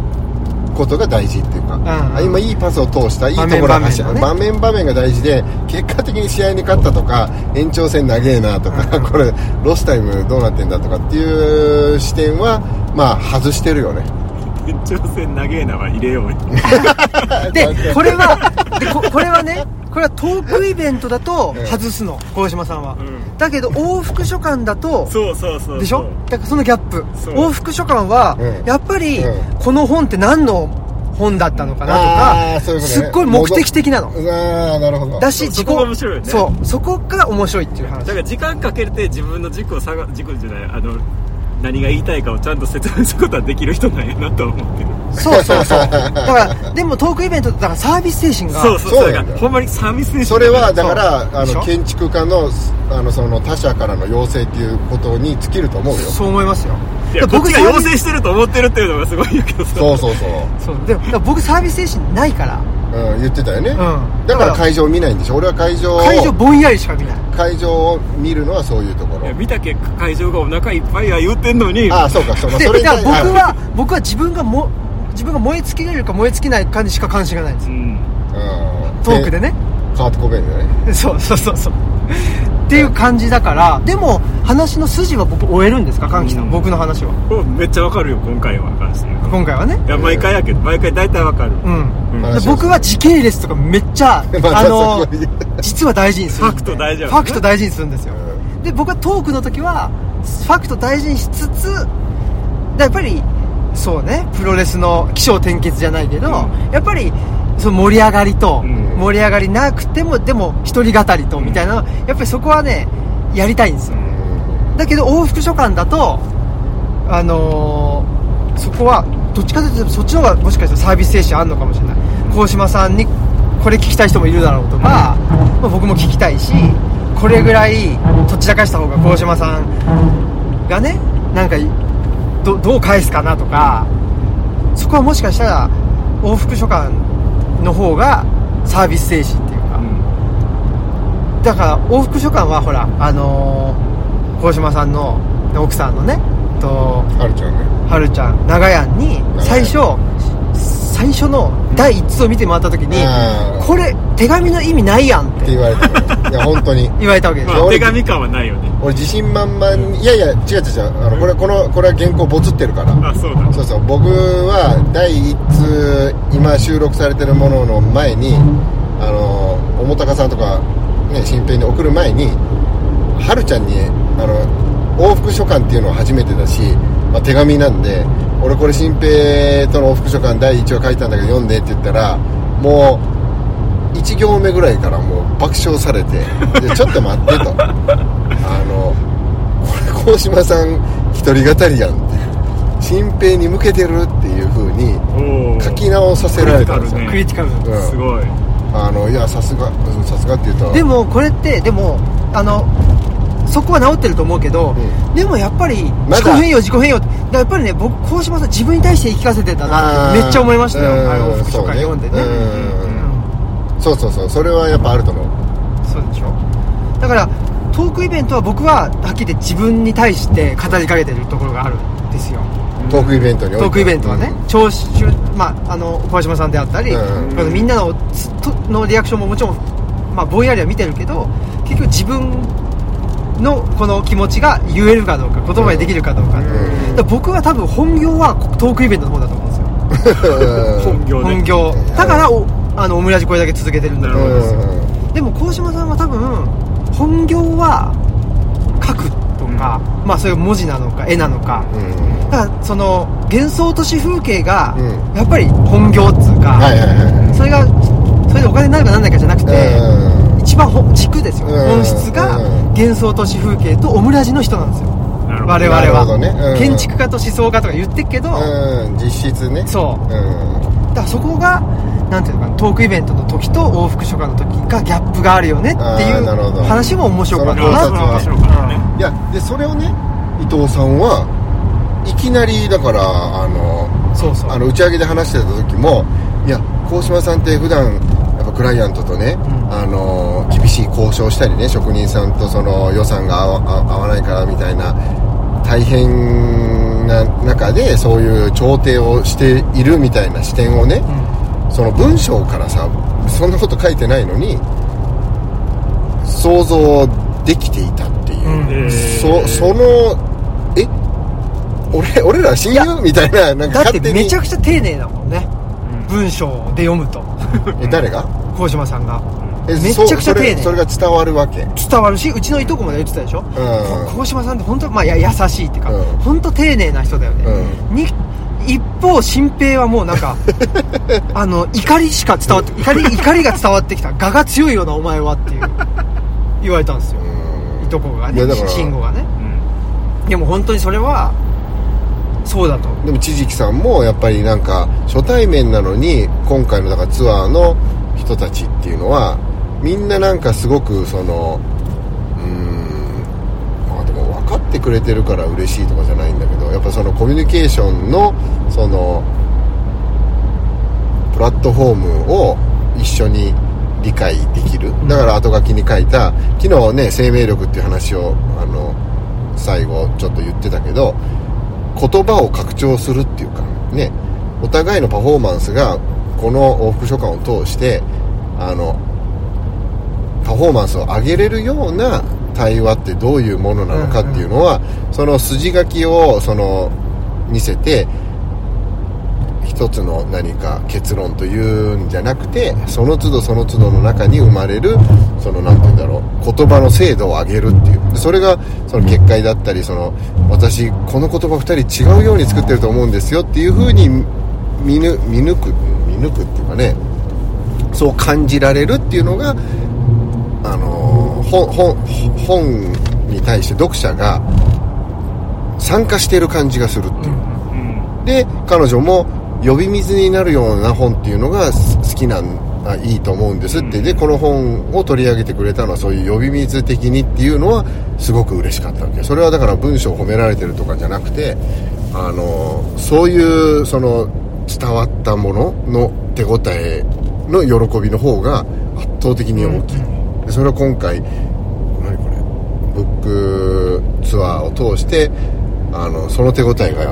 [SPEAKER 2] ことが大事っていうか、
[SPEAKER 1] ん
[SPEAKER 2] あ今いいパスを通したいいところ
[SPEAKER 1] 場面場面
[SPEAKER 2] 走る
[SPEAKER 1] のね
[SPEAKER 2] 場面場面が大事で結果的に試合に勝ったとか延長戦長えなとか、 これロスタイムどうなってんだとかっていう視点はまあ外してるよね
[SPEAKER 3] 延長戦長えなは入れよう
[SPEAKER 1] でこれはでここれはねこれはトークイベントだと
[SPEAKER 2] うん
[SPEAKER 1] 外すの鴻島さんは、
[SPEAKER 3] ん
[SPEAKER 1] だけど往復書簡だと
[SPEAKER 3] そうそうそうそう
[SPEAKER 1] でしょだからそのギャップ
[SPEAKER 3] そう
[SPEAKER 1] 往復書簡は、
[SPEAKER 2] うん
[SPEAKER 1] やっぱり、
[SPEAKER 2] うん
[SPEAKER 1] この本って何の本だったのかなと
[SPEAKER 2] あー
[SPEAKER 1] か
[SPEAKER 2] そういうことね
[SPEAKER 1] すっごい目的的なの
[SPEAKER 2] ああなるほど
[SPEAKER 1] だし
[SPEAKER 3] そ
[SPEAKER 1] 自己
[SPEAKER 3] そこが面白いよね
[SPEAKER 1] そうそこが面白いっていう話
[SPEAKER 3] だから時間かけて自分の軸を探軸じゃないあの何が言いたいかをちゃんと説明することはできる人なんやなとは思ってる
[SPEAKER 1] そうそうそうだからでもトークイベントってだからサービス精神が
[SPEAKER 3] そうそう
[SPEAKER 2] そ
[SPEAKER 3] そうう
[SPEAKER 2] な
[SPEAKER 3] だ
[SPEAKER 2] んだ
[SPEAKER 3] からほんまにサービス精神
[SPEAKER 2] それはだからあ
[SPEAKER 1] でし
[SPEAKER 2] の
[SPEAKER 1] ょ
[SPEAKER 2] 建築家のあのその他者からの要請っていうことに尽きると思うよ
[SPEAKER 1] そう思いますよ
[SPEAKER 3] いや
[SPEAKER 1] だから
[SPEAKER 3] こっちが要
[SPEAKER 1] サービ
[SPEAKER 3] 請してると思ってるっていうのがすごいんやけどさ
[SPEAKER 2] そうそうそう、
[SPEAKER 1] スそうでもだから僕サービス精神ないから
[SPEAKER 2] うん、言ってたよね、
[SPEAKER 1] うん
[SPEAKER 2] だから
[SPEAKER 1] だから
[SPEAKER 2] 会場を見ないんでしょ俺は会場を
[SPEAKER 1] 会場ぼんやりしか見ない
[SPEAKER 2] 会場を見るのはそういうとこ
[SPEAKER 3] い
[SPEAKER 2] ろ
[SPEAKER 3] や見た結果会場がお腹いっぱいや言うてんのに
[SPEAKER 2] ああそうかそうか
[SPEAKER 1] で
[SPEAKER 2] それに
[SPEAKER 1] だか
[SPEAKER 2] 対
[SPEAKER 1] ら
[SPEAKER 2] し
[SPEAKER 1] 僕
[SPEAKER 2] て
[SPEAKER 1] は僕は自分がも自分が燃え尽きれるか燃え尽きないかにしか関心がないんです
[SPEAKER 3] うん
[SPEAKER 2] うん
[SPEAKER 1] トークでね
[SPEAKER 2] カート・コベンだね
[SPEAKER 1] そうそうそうそうっていう感じだからでも話の筋は僕終えるんですか関木さん、
[SPEAKER 3] うん
[SPEAKER 1] 僕の話は
[SPEAKER 3] これめっちゃわかるよ今回は関して言うと
[SPEAKER 1] 今回はね
[SPEAKER 3] いや毎回やけど毎回大体わかる、
[SPEAKER 1] う
[SPEAKER 3] フ
[SPEAKER 1] ん
[SPEAKER 3] う
[SPEAKER 1] で
[SPEAKER 3] ん
[SPEAKER 1] 僕は時系列とかめっち ゃ
[SPEAKER 2] また
[SPEAKER 1] あの
[SPEAKER 2] そこに
[SPEAKER 1] 実は大事にする
[SPEAKER 3] ァクト大事や
[SPEAKER 1] ファクト大事にするんですよ
[SPEAKER 2] う
[SPEAKER 1] で僕はトークの時はファクト大事にしつつやっぱりそうねプロレスの起承転結じゃないけど、
[SPEAKER 3] う
[SPEAKER 1] やっぱりその盛り上がりと
[SPEAKER 3] うん
[SPEAKER 1] 盛り上がりなくてもでも一人語りと
[SPEAKER 3] うん
[SPEAKER 1] みたいなやっぱりそこはねやりたいんですよ
[SPEAKER 2] ん
[SPEAKER 1] だけど往復書簡だとあのーそこはどっちかというとそっちの方がもしかしたらサービス精神あるのかもしれない鴻島さんにこれ聞きたい人もいるだろうとか、まあ、僕も聞きたいしこれぐらいとっちらかした方が鴻島さんがねなんかいどどう返すかなとかそこはもしかしたら往復書簡の方がサービス精神っていうか、
[SPEAKER 3] うん
[SPEAKER 1] だから往復書簡はほらあのー、鴻島さんの奥さんのねと
[SPEAKER 2] あるちゃんね
[SPEAKER 1] はるちゃん長屋に
[SPEAKER 2] 屋
[SPEAKER 1] 最初最初の第一通を見てもらった時に
[SPEAKER 2] あー
[SPEAKER 1] これ手紙の意味ないやんっ
[SPEAKER 2] って
[SPEAKER 1] て
[SPEAKER 2] 言われたねいや本当に
[SPEAKER 1] 言われたわけです
[SPEAKER 3] ま
[SPEAKER 1] よ、
[SPEAKER 3] あ
[SPEAKER 2] 俺
[SPEAKER 3] 手紙感はないよね
[SPEAKER 2] 俺自信満々にいやいや違う違う違うあのこれこのこれは原稿ボツってるから
[SPEAKER 3] あそうだ
[SPEAKER 2] そうそう僕は第一通今収録されてるものの前にあの桃高さんとか、ね、新編に送る前にはるちゃんにあの往復書簡っていうのは初めてだし、まあ、手紙なんで俺これ新平との往復書簡第一話書いたんだけど読んでって言ったらもう1行目ぐらいからもう爆笑されて「でちょっと待って」と「あのこれ鴻島さん一人語りやん」って新平に向けてるっていう風に
[SPEAKER 3] おお
[SPEAKER 2] 書き直させられたんですよ、
[SPEAKER 3] ク
[SPEAKER 1] クリティカル
[SPEAKER 2] うん
[SPEAKER 3] すごい
[SPEAKER 2] あのいやさすがうんさすがっていうと
[SPEAKER 1] でもこれってでもあのそこは治ってると思うけど、
[SPEAKER 2] う
[SPEAKER 1] でもやっぱり
[SPEAKER 2] まだ
[SPEAKER 1] 自己変容自己変容ってだからやっぱりね僕鴻島さん自分に対して言い聞かせてたなってめっちゃ思いましたよ
[SPEAKER 2] うん
[SPEAKER 1] あの往復書簡読んでね
[SPEAKER 2] そうねうん
[SPEAKER 1] うん
[SPEAKER 2] そうそうそうそれはやっぱあると思う
[SPEAKER 1] そうでしょだからトークイベントは僕ははっきり言って自分に対して語りかけてるところがあるんですよ
[SPEAKER 2] トークイベントにおいて
[SPEAKER 1] トークイベントはね聴取まああの小島さんであったり、
[SPEAKER 2] うん
[SPEAKER 1] あのみんなのつとのリアクションももちろん、まあ、ぼんやりは見てるけど結局自分のこの気持ちが言えるかどうか言葉にできるかどうか,、
[SPEAKER 2] ん
[SPEAKER 1] だから僕は多分本業はトークイベントの方だと思うんですよ
[SPEAKER 3] 本業で
[SPEAKER 1] 本業だからおあのオムラジこれだけ続けてるんだ
[SPEAKER 2] う
[SPEAKER 1] ろう、
[SPEAKER 2] ん
[SPEAKER 1] でも鴻島さんは多分本業は書くとか、まあそういう文字なのか絵なのか
[SPEAKER 2] うん
[SPEAKER 1] だからその幻想都市風景が
[SPEAKER 2] うん
[SPEAKER 1] やっぱり本業っつうか、
[SPEAKER 2] はいはいは
[SPEAKER 1] それがそれでお金になるかなんないかじゃなく
[SPEAKER 2] い
[SPEAKER 1] て、一番ほ軸ですよ、
[SPEAKER 2] うん
[SPEAKER 1] 本質が
[SPEAKER 2] うん
[SPEAKER 1] 幻想都市風景とオムラジの人なんですよ、
[SPEAKER 3] なるほど
[SPEAKER 1] 我々
[SPEAKER 2] なるほ
[SPEAKER 1] は、
[SPEAKER 2] どねうん
[SPEAKER 1] 建築家と思想家とか言ってっけど、
[SPEAKER 2] うんうん実質ね
[SPEAKER 1] そう
[SPEAKER 2] うん
[SPEAKER 1] だからそこがなんていうのかなトークイベントの時と往復書館の時がギャップがあるよねってい
[SPEAKER 2] あー
[SPEAKER 1] う
[SPEAKER 2] なるほど
[SPEAKER 1] 話も面白かっ
[SPEAKER 3] い
[SPEAKER 1] た
[SPEAKER 3] や
[SPEAKER 1] な
[SPEAKER 3] それは面白かったね
[SPEAKER 2] いやでそれをね伊藤さんはいきなりだからあの
[SPEAKER 1] そうそう
[SPEAKER 2] あの打ち上げで話してた時もいや鴻島さんって普段やっぱクライアントとね、
[SPEAKER 1] ん
[SPEAKER 2] あの厳しい交渉したりね職人さんとその予算が合わ合合わないからみたいな大変な中でそういう調停をしているみたいな視点をね、その文章からさそんなこと書いてないのに想像できていたっていう、
[SPEAKER 1] うん
[SPEAKER 3] えー
[SPEAKER 2] そそのえ俺俺ら親友みたいななんか
[SPEAKER 1] だっ
[SPEAKER 2] 勝
[SPEAKER 1] て
[SPEAKER 2] 手に
[SPEAKER 1] めちゃくちゃ丁寧だもんね文章で読むと
[SPEAKER 2] え誰が
[SPEAKER 1] 鴻島さんが
[SPEAKER 2] え
[SPEAKER 1] めちゃくちゃ丁寧
[SPEAKER 2] そうそれそれが伝わるわけうん
[SPEAKER 1] 伝わるしうちのいとこまで言ってたでしょこ鴻島さんって本当まあや優しいっていうか、
[SPEAKER 2] うん
[SPEAKER 1] 本当丁寧な人だよね、に一方新平はもうなん かあの怒りしか伝わって怒り怒りが伝わってきた我が強いよなお前はっていう言われたんですよいとこが
[SPEAKER 2] い
[SPEAKER 1] ね
[SPEAKER 2] やだから
[SPEAKER 1] 慎吾がねでも本当にそれはそうだと
[SPEAKER 2] でも千々木さんもやっぱりなんか初対面なのに今回のだからツアーの人たちっていうのはみんななんかすごくそのうーんまあでも分かってくれてるから嬉しいとかじゃないんだけどやっぱそのコミュニケーションのそのプラットフォームを一緒に理解できるだから後書きに書いた昨日ね生命力っていう話をあの最後ちょっと言ってたけど言葉を拡張するっていうかねお互いのパフォーマンスがこの往復書館を通してあのパフォーマンスを上げれるような対話ってどういうものなのかっていうのは、その筋書きをその見せて一つの何か結論というんじゃなくてその都度その都度の中に生まれるその何て言うんだろう言葉の精度を上げるっていうでそれがその結界だったりその私この言葉2人違うように作ってると思うんですよっていう風に見ぬ見抜く見抜くっていうかねそう感じられるっていうのがあのー本本本に対して読者が参加してる感じがするっていう。で彼女も呼び水になるような本っていうのが好好きなんあいいと思うんですって、
[SPEAKER 3] うん
[SPEAKER 2] でこの本を取り上げてくれたのはそういう呼び水的にっていうのはすごく嬉しかったわけそれはだから文章を褒められてるとかじゃなくてあのそういうその伝わったものの手応えの喜びの方が圧倒的に大きい、でそれは今回何これブックツアーを通してあのその手応えが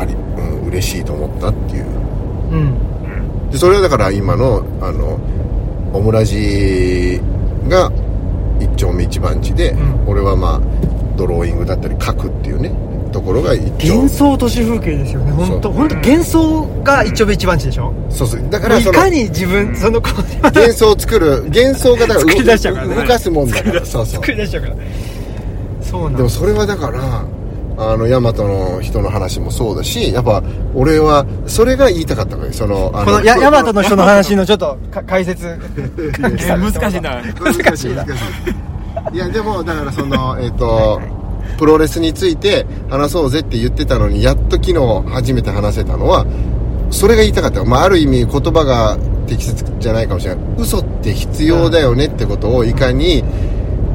[SPEAKER 2] あり、うん、嬉しいと思ったっていう
[SPEAKER 1] うん
[SPEAKER 2] でそれはだから今のあのオムラジが一丁目一番地で、
[SPEAKER 1] うん
[SPEAKER 2] 俺はまあドローイングだったり書くっていうねところが一丁
[SPEAKER 1] 幻想都市風景ですよね本
[SPEAKER 2] そ
[SPEAKER 1] 当
[SPEAKER 2] う
[SPEAKER 1] 本当幻想が一丁目一番地でしょ
[SPEAKER 2] そうそうだ
[SPEAKER 1] い
[SPEAKER 2] からその
[SPEAKER 1] かに自分その子
[SPEAKER 2] 幻想を作る幻想がだか ら
[SPEAKER 1] 作り出しちゃうからね
[SPEAKER 2] 動かすもんだからそうそう
[SPEAKER 1] 作り出しちゃうからそうなん
[SPEAKER 2] でもそれはだからあの大和の人の話もそうだしやっぱ俺はそれが言いたかったわけそのあ
[SPEAKER 1] このやヤマトの人の話のちょっとか解説
[SPEAKER 3] 難しいな
[SPEAKER 2] 難しい難しいいやでもだからそのえっ、とプロレスについて話そうぜって言ってたのにやっと昨日初めて話せたのはそれが言いたかった、まあ、ある意味言葉が適切じゃないかもしれない嘘って必要だよねってことをいかに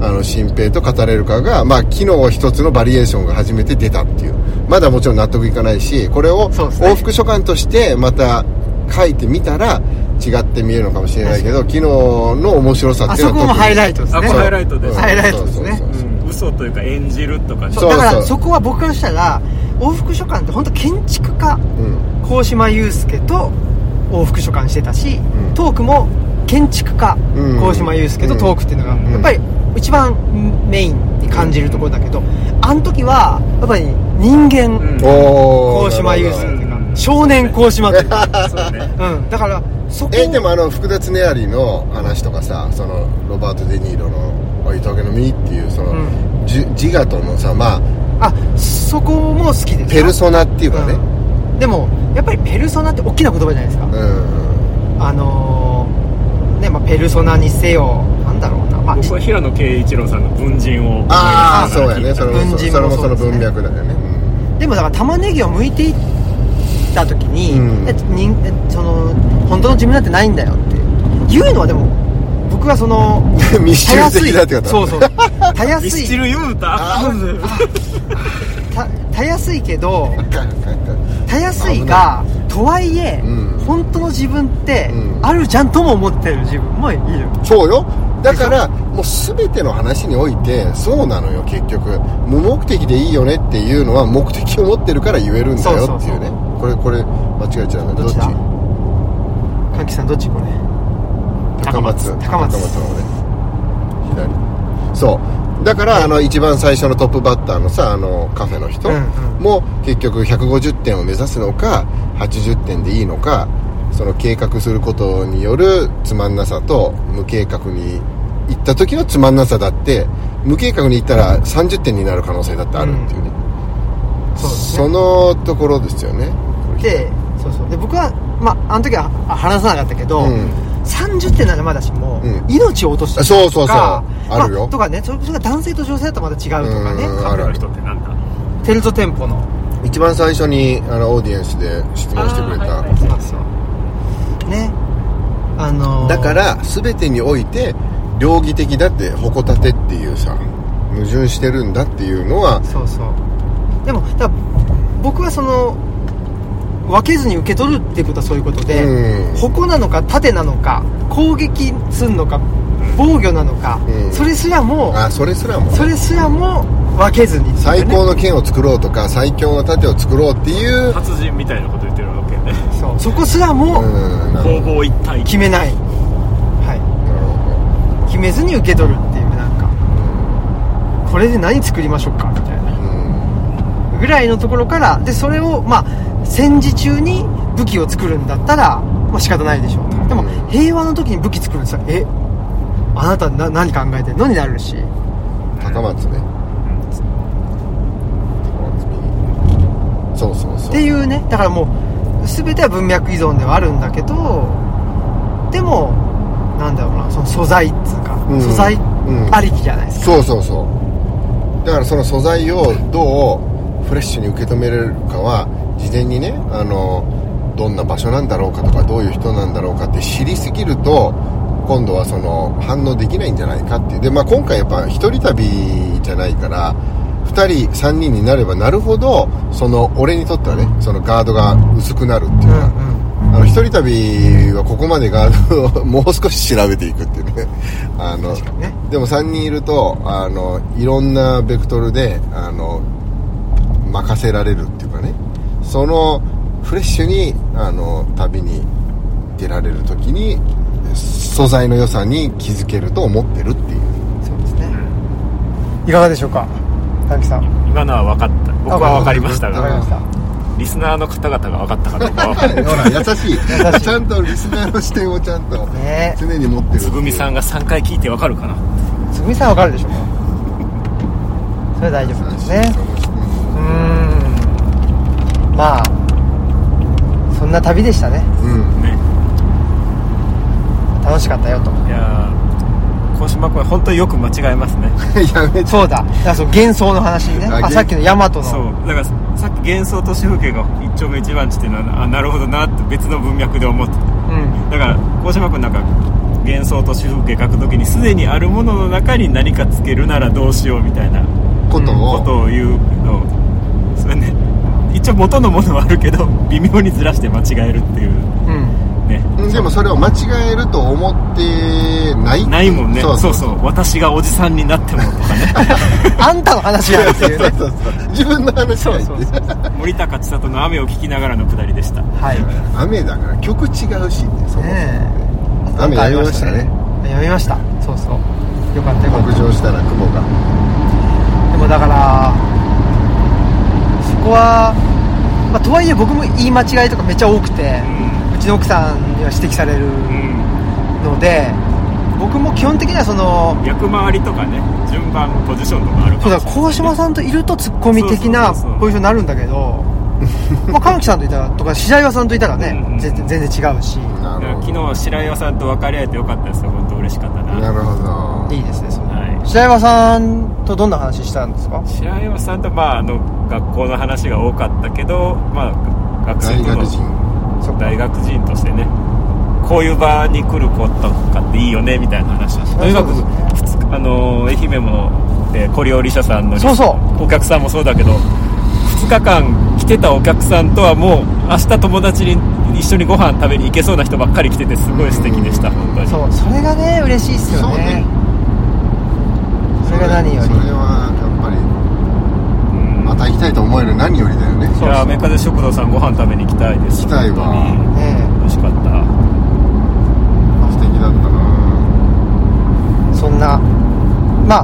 [SPEAKER 2] あの新平と語れるかが、まあ、機能一つのバリエーションが初めて出たっていうまだもちろん納得いかないしこれを
[SPEAKER 1] そうですね
[SPEAKER 2] 往復書簡としてまた書いてみたら違って見えるのかもしれないけど昨日の面白さ
[SPEAKER 1] あ
[SPEAKER 2] っていう
[SPEAKER 1] そ
[SPEAKER 2] の
[SPEAKER 1] こ
[SPEAKER 2] は
[SPEAKER 1] も
[SPEAKER 2] 特に
[SPEAKER 1] ハイライトです
[SPEAKER 3] あ
[SPEAKER 1] ね
[SPEAKER 3] これハイライトです
[SPEAKER 1] ハイライトですね
[SPEAKER 2] そうそうそう
[SPEAKER 3] 嘘というか演じるとか
[SPEAKER 1] そう
[SPEAKER 2] そう
[SPEAKER 1] だか
[SPEAKER 2] そう
[SPEAKER 1] らそこは僕からしたら往復書館って本当建築家
[SPEAKER 2] そううん
[SPEAKER 1] 鴻島祐介と往復書館してたし、
[SPEAKER 2] うん
[SPEAKER 1] トークも建築家
[SPEAKER 2] うん
[SPEAKER 1] 鴻島祐介とトークっていうのが、
[SPEAKER 3] うん
[SPEAKER 1] やっぱり一番メインに感じるところだけど、あの時はやっぱり人間
[SPEAKER 3] うん
[SPEAKER 2] おー
[SPEAKER 1] 鴻島祐介っていう
[SPEAKER 3] う
[SPEAKER 1] か
[SPEAKER 3] ん
[SPEAKER 1] 少年鴻島って いうか、
[SPEAKER 3] そうね
[SPEAKER 1] うん、だからそこ
[SPEAKER 2] えでもあの福田恒有の話とかさそのロバート・デ・ニーロの「おいとけの実」っていうその、
[SPEAKER 1] う
[SPEAKER 2] じ自我とのさまあ
[SPEAKER 1] あそこも好きです
[SPEAKER 2] ペルソナっていうかね
[SPEAKER 1] うんでもやっぱりペルソナって大きな言葉じゃないですか、
[SPEAKER 2] うん
[SPEAKER 1] あのーねまあペルソナにせよなんだろうなまあ
[SPEAKER 3] 僕は平野慶一郎さんの文人を
[SPEAKER 2] ああそうやね
[SPEAKER 3] そ
[SPEAKER 2] それ
[SPEAKER 3] の
[SPEAKER 2] もそ
[SPEAKER 1] 文人
[SPEAKER 2] それ
[SPEAKER 1] も
[SPEAKER 2] もそ
[SPEAKER 1] そう
[SPEAKER 2] の
[SPEAKER 1] ですね
[SPEAKER 2] 文脈だよね、うん
[SPEAKER 1] でもだから玉ねぎを剥いていった時に,、
[SPEAKER 2] うん
[SPEAKER 1] え人えその本当の自分なんてないんだよって言うのはでも僕はその
[SPEAKER 2] 密集
[SPEAKER 1] たやす
[SPEAKER 2] 的
[SPEAKER 1] い
[SPEAKER 2] だってこと
[SPEAKER 1] そうそうたや
[SPEAKER 3] ミ
[SPEAKER 1] す
[SPEAKER 3] スチ
[SPEAKER 1] い
[SPEAKER 3] ル言うたあ
[SPEAKER 1] たたやすいけど
[SPEAKER 2] かなんか
[SPEAKER 1] たやすいがとはいえ、
[SPEAKER 2] うん
[SPEAKER 1] 本当の自分って
[SPEAKER 2] うん
[SPEAKER 1] あるじゃんとも思ってる自分もいる、
[SPEAKER 2] そうよだからもう全ての話においてそうなのよ結局無目的でいいよねっていうのは目的を持ってるから言えるんだよっていうねこれこれ間違えちゃうんだ
[SPEAKER 1] どっちだかんきさんどっちこれ
[SPEAKER 2] 高松
[SPEAKER 1] 高松
[SPEAKER 2] 高松の方ね左そうだからあの一番最初のトップバッターのさあのカフェの人
[SPEAKER 1] うんうん
[SPEAKER 2] も結局150点を目指すのか80点でいいのかその計画することによるつまんなさと無計画に行った時のつまんなさだって無計画に行ったら30点になる可能性だってあるっていうね、
[SPEAKER 1] そうです
[SPEAKER 2] そ
[SPEAKER 1] ね
[SPEAKER 2] のところですよね
[SPEAKER 1] でそうそうで僕はまああの時はあ話さなかったけど、
[SPEAKER 2] うん
[SPEAKER 1] 30点ならまだしも、
[SPEAKER 2] うん
[SPEAKER 1] 命を落としてる
[SPEAKER 2] そうそうそう
[SPEAKER 1] とか
[SPEAKER 2] あるよ
[SPEAKER 1] まとかねそれそれが男性と女性だとまた違うとかね
[SPEAKER 2] うん
[SPEAKER 3] カフェの人ってなんだ
[SPEAKER 1] テルト店舗の
[SPEAKER 2] 一番最初にあのオーディエンスで質問してくれた、
[SPEAKER 3] あーはいはい
[SPEAKER 1] そうねあのー
[SPEAKER 2] だから全てにおいて両義的だって矛盾っていうさ矛盾してるんだっていうのは
[SPEAKER 1] そうそうでもだから僕はその分けずに受け取るっていうことはそういうことで、
[SPEAKER 2] うん
[SPEAKER 1] 矛なのか盾なのか攻撃すんのか防御なのか、
[SPEAKER 2] うん
[SPEAKER 1] それすらも
[SPEAKER 2] あそれすらも
[SPEAKER 1] それすらも分けずにってい
[SPEAKER 2] 最
[SPEAKER 1] うね
[SPEAKER 2] 高の剣を作ろうとか最強の盾を作ろうっていう
[SPEAKER 3] 達人みたいなこと言ってるわけね
[SPEAKER 1] そうそこすら
[SPEAKER 2] うん
[SPEAKER 1] も
[SPEAKER 2] なる
[SPEAKER 3] 工房一体
[SPEAKER 1] 決めない、はい、
[SPEAKER 2] ほ
[SPEAKER 1] 決めずに受け取るっていうなんかこれで何作りましょうかみたいな
[SPEAKER 2] どうん
[SPEAKER 1] ぐらいのところからでそれをまあ戦時中に武器を作るんだったら、まあ、仕方ないでしょうとでも
[SPEAKER 2] うん
[SPEAKER 1] 平和の時に武器作るんですよえあなたな何考えてんのになるし
[SPEAKER 2] 高松ね高松そうそうそう
[SPEAKER 1] っていうねだからもう全ては文脈依存ではあるんだけどでもなんだろうなその素材っつうか、
[SPEAKER 2] うん
[SPEAKER 1] 素材
[SPEAKER 2] うん
[SPEAKER 1] ありきじゃないですか、
[SPEAKER 2] そうそうそうだからその素材をどうフレッシュに受け止めれるかは事前にねあのどんな場所なんだろうかとかどういう人なんだろうかって知りすぎると今度はその反応できないんじゃないかっていうで、まあ、今回やっぱ一人旅じゃないから2人3人になればなるほどその俺にとってはねそのガードが薄くなるっていう
[SPEAKER 1] う
[SPEAKER 2] か、
[SPEAKER 1] んうん
[SPEAKER 2] あの一人旅はここまでガードをもう少し調べていくっていうねあの
[SPEAKER 1] 確かにね
[SPEAKER 2] でも3人いるとあのいろんなベクトルであの任せられるっていうかねそのフレッシュにあの旅に出られる時に素材の良さに気づけると思ってるっていう
[SPEAKER 1] そうですねいかがでしょうかた木さん
[SPEAKER 3] 今のは分かった僕は分かりました
[SPEAKER 1] わかりま
[SPEAKER 3] が
[SPEAKER 1] した
[SPEAKER 3] リスナーの方々が分かったかどうかは 分かんない
[SPEAKER 2] ほら優しい
[SPEAKER 1] 優しい
[SPEAKER 2] ちゃんとリスナーの視点をちゃんと
[SPEAKER 1] ね
[SPEAKER 2] 常に持ってる
[SPEAKER 3] つぐみさんが3回聞いて分かるかな
[SPEAKER 1] つぐみさんわかるでしょうかそれは大丈夫ですねうーんまあそんな旅でしたね
[SPEAKER 2] うん
[SPEAKER 3] ね
[SPEAKER 1] 楽しかったよと
[SPEAKER 3] いやー小島君本当によく間違えますね
[SPEAKER 2] やめて
[SPEAKER 1] そうだだからその幻想の話にね
[SPEAKER 2] あ
[SPEAKER 1] あ
[SPEAKER 2] 幻
[SPEAKER 1] さっきの大和の
[SPEAKER 3] そうだからさっき幻想と主風景が一丁目一番地っていうのはあなるほどなって別の文脈で思ってた
[SPEAKER 1] うん
[SPEAKER 3] だから小島君なんか幻想と主風景書くときにすでにあるものの中に何かつけるならどうしようみたいな
[SPEAKER 2] ことを、
[SPEAKER 3] ことを言うのをそれね一応元のものはあるけど微妙にずらして間違えるっていう
[SPEAKER 1] うん
[SPEAKER 3] ね
[SPEAKER 2] うんでもそれを間違えると思ってない
[SPEAKER 3] ないもんねそうそう
[SPEAKER 2] そう
[SPEAKER 3] 私がおじさんになってもとかね
[SPEAKER 1] あんたの話やんっていうね
[SPEAKER 2] そうそう自分の話
[SPEAKER 1] そ
[SPEAKER 2] は
[SPEAKER 1] う
[SPEAKER 2] 言って
[SPEAKER 1] そうそう
[SPEAKER 3] 森高千里の雨を聞きながらのくだりでした
[SPEAKER 1] はい
[SPEAKER 2] 雨だから曲違うしねそもそも
[SPEAKER 1] ねえ
[SPEAKER 2] 雨やみましたね
[SPEAKER 1] やみましたそうそうよかったよかった
[SPEAKER 2] 北上したら雲が
[SPEAKER 1] でもだからそこは、まあ、とはいえ僕も言い間違いとかめっちゃ多くてうちの奥さんには指摘される
[SPEAKER 3] うん、
[SPEAKER 1] ので僕も基本的にはその
[SPEAKER 3] うん、役回りとかね順番ポジションとかあるか
[SPEAKER 1] そう
[SPEAKER 3] ら
[SPEAKER 1] だ鴻島さんといるとツッコミ的な
[SPEAKER 3] そうそうそうそう
[SPEAKER 1] ポジションになるんだけ どまあ神木さんといたらとか白岩さんといたらね、
[SPEAKER 3] うんうん
[SPEAKER 1] 全然全然違うし
[SPEAKER 2] なるほ
[SPEAKER 3] 昨日白岩さんと分かり合えてよかったですよ本当嬉しかった
[SPEAKER 2] ど
[SPEAKER 3] な
[SPEAKER 2] なるほど
[SPEAKER 1] いいですねその、
[SPEAKER 3] はい
[SPEAKER 1] 白岩さんとどんな話したんですか
[SPEAKER 3] 白岩さんとまああの学校の話が多かったけどまあ学
[SPEAKER 2] 大
[SPEAKER 3] 生と
[SPEAKER 2] 学
[SPEAKER 3] の
[SPEAKER 2] 人
[SPEAKER 1] そっか
[SPEAKER 3] 大学人としてねこういう場に来る子とかっていいよねみたいな話をしてとにかく
[SPEAKER 1] そう
[SPEAKER 3] ふつあの愛媛も、えー小料理社さんの
[SPEAKER 1] そうそ
[SPEAKER 3] お客さんもそうだけど2日間来てたお客さんとはもう明日友達に一緒にご飯食べに行けそうな人ばっかり来ててすごい素敵でした本当に
[SPEAKER 1] そうそれがね嬉しいっすよ
[SPEAKER 2] そ
[SPEAKER 1] ね
[SPEAKER 2] うね
[SPEAKER 1] それが何より
[SPEAKER 2] それは
[SPEAKER 3] うん
[SPEAKER 2] やっぱりまた行きたいと思える何よりだよね
[SPEAKER 3] いやーメカゼ食堂さんご飯食べに行きたいです
[SPEAKER 2] 行きたいわ
[SPEAKER 3] 本
[SPEAKER 1] ね
[SPEAKER 3] 当に美味しかった
[SPEAKER 2] 素敵だったな
[SPEAKER 1] そんなまあ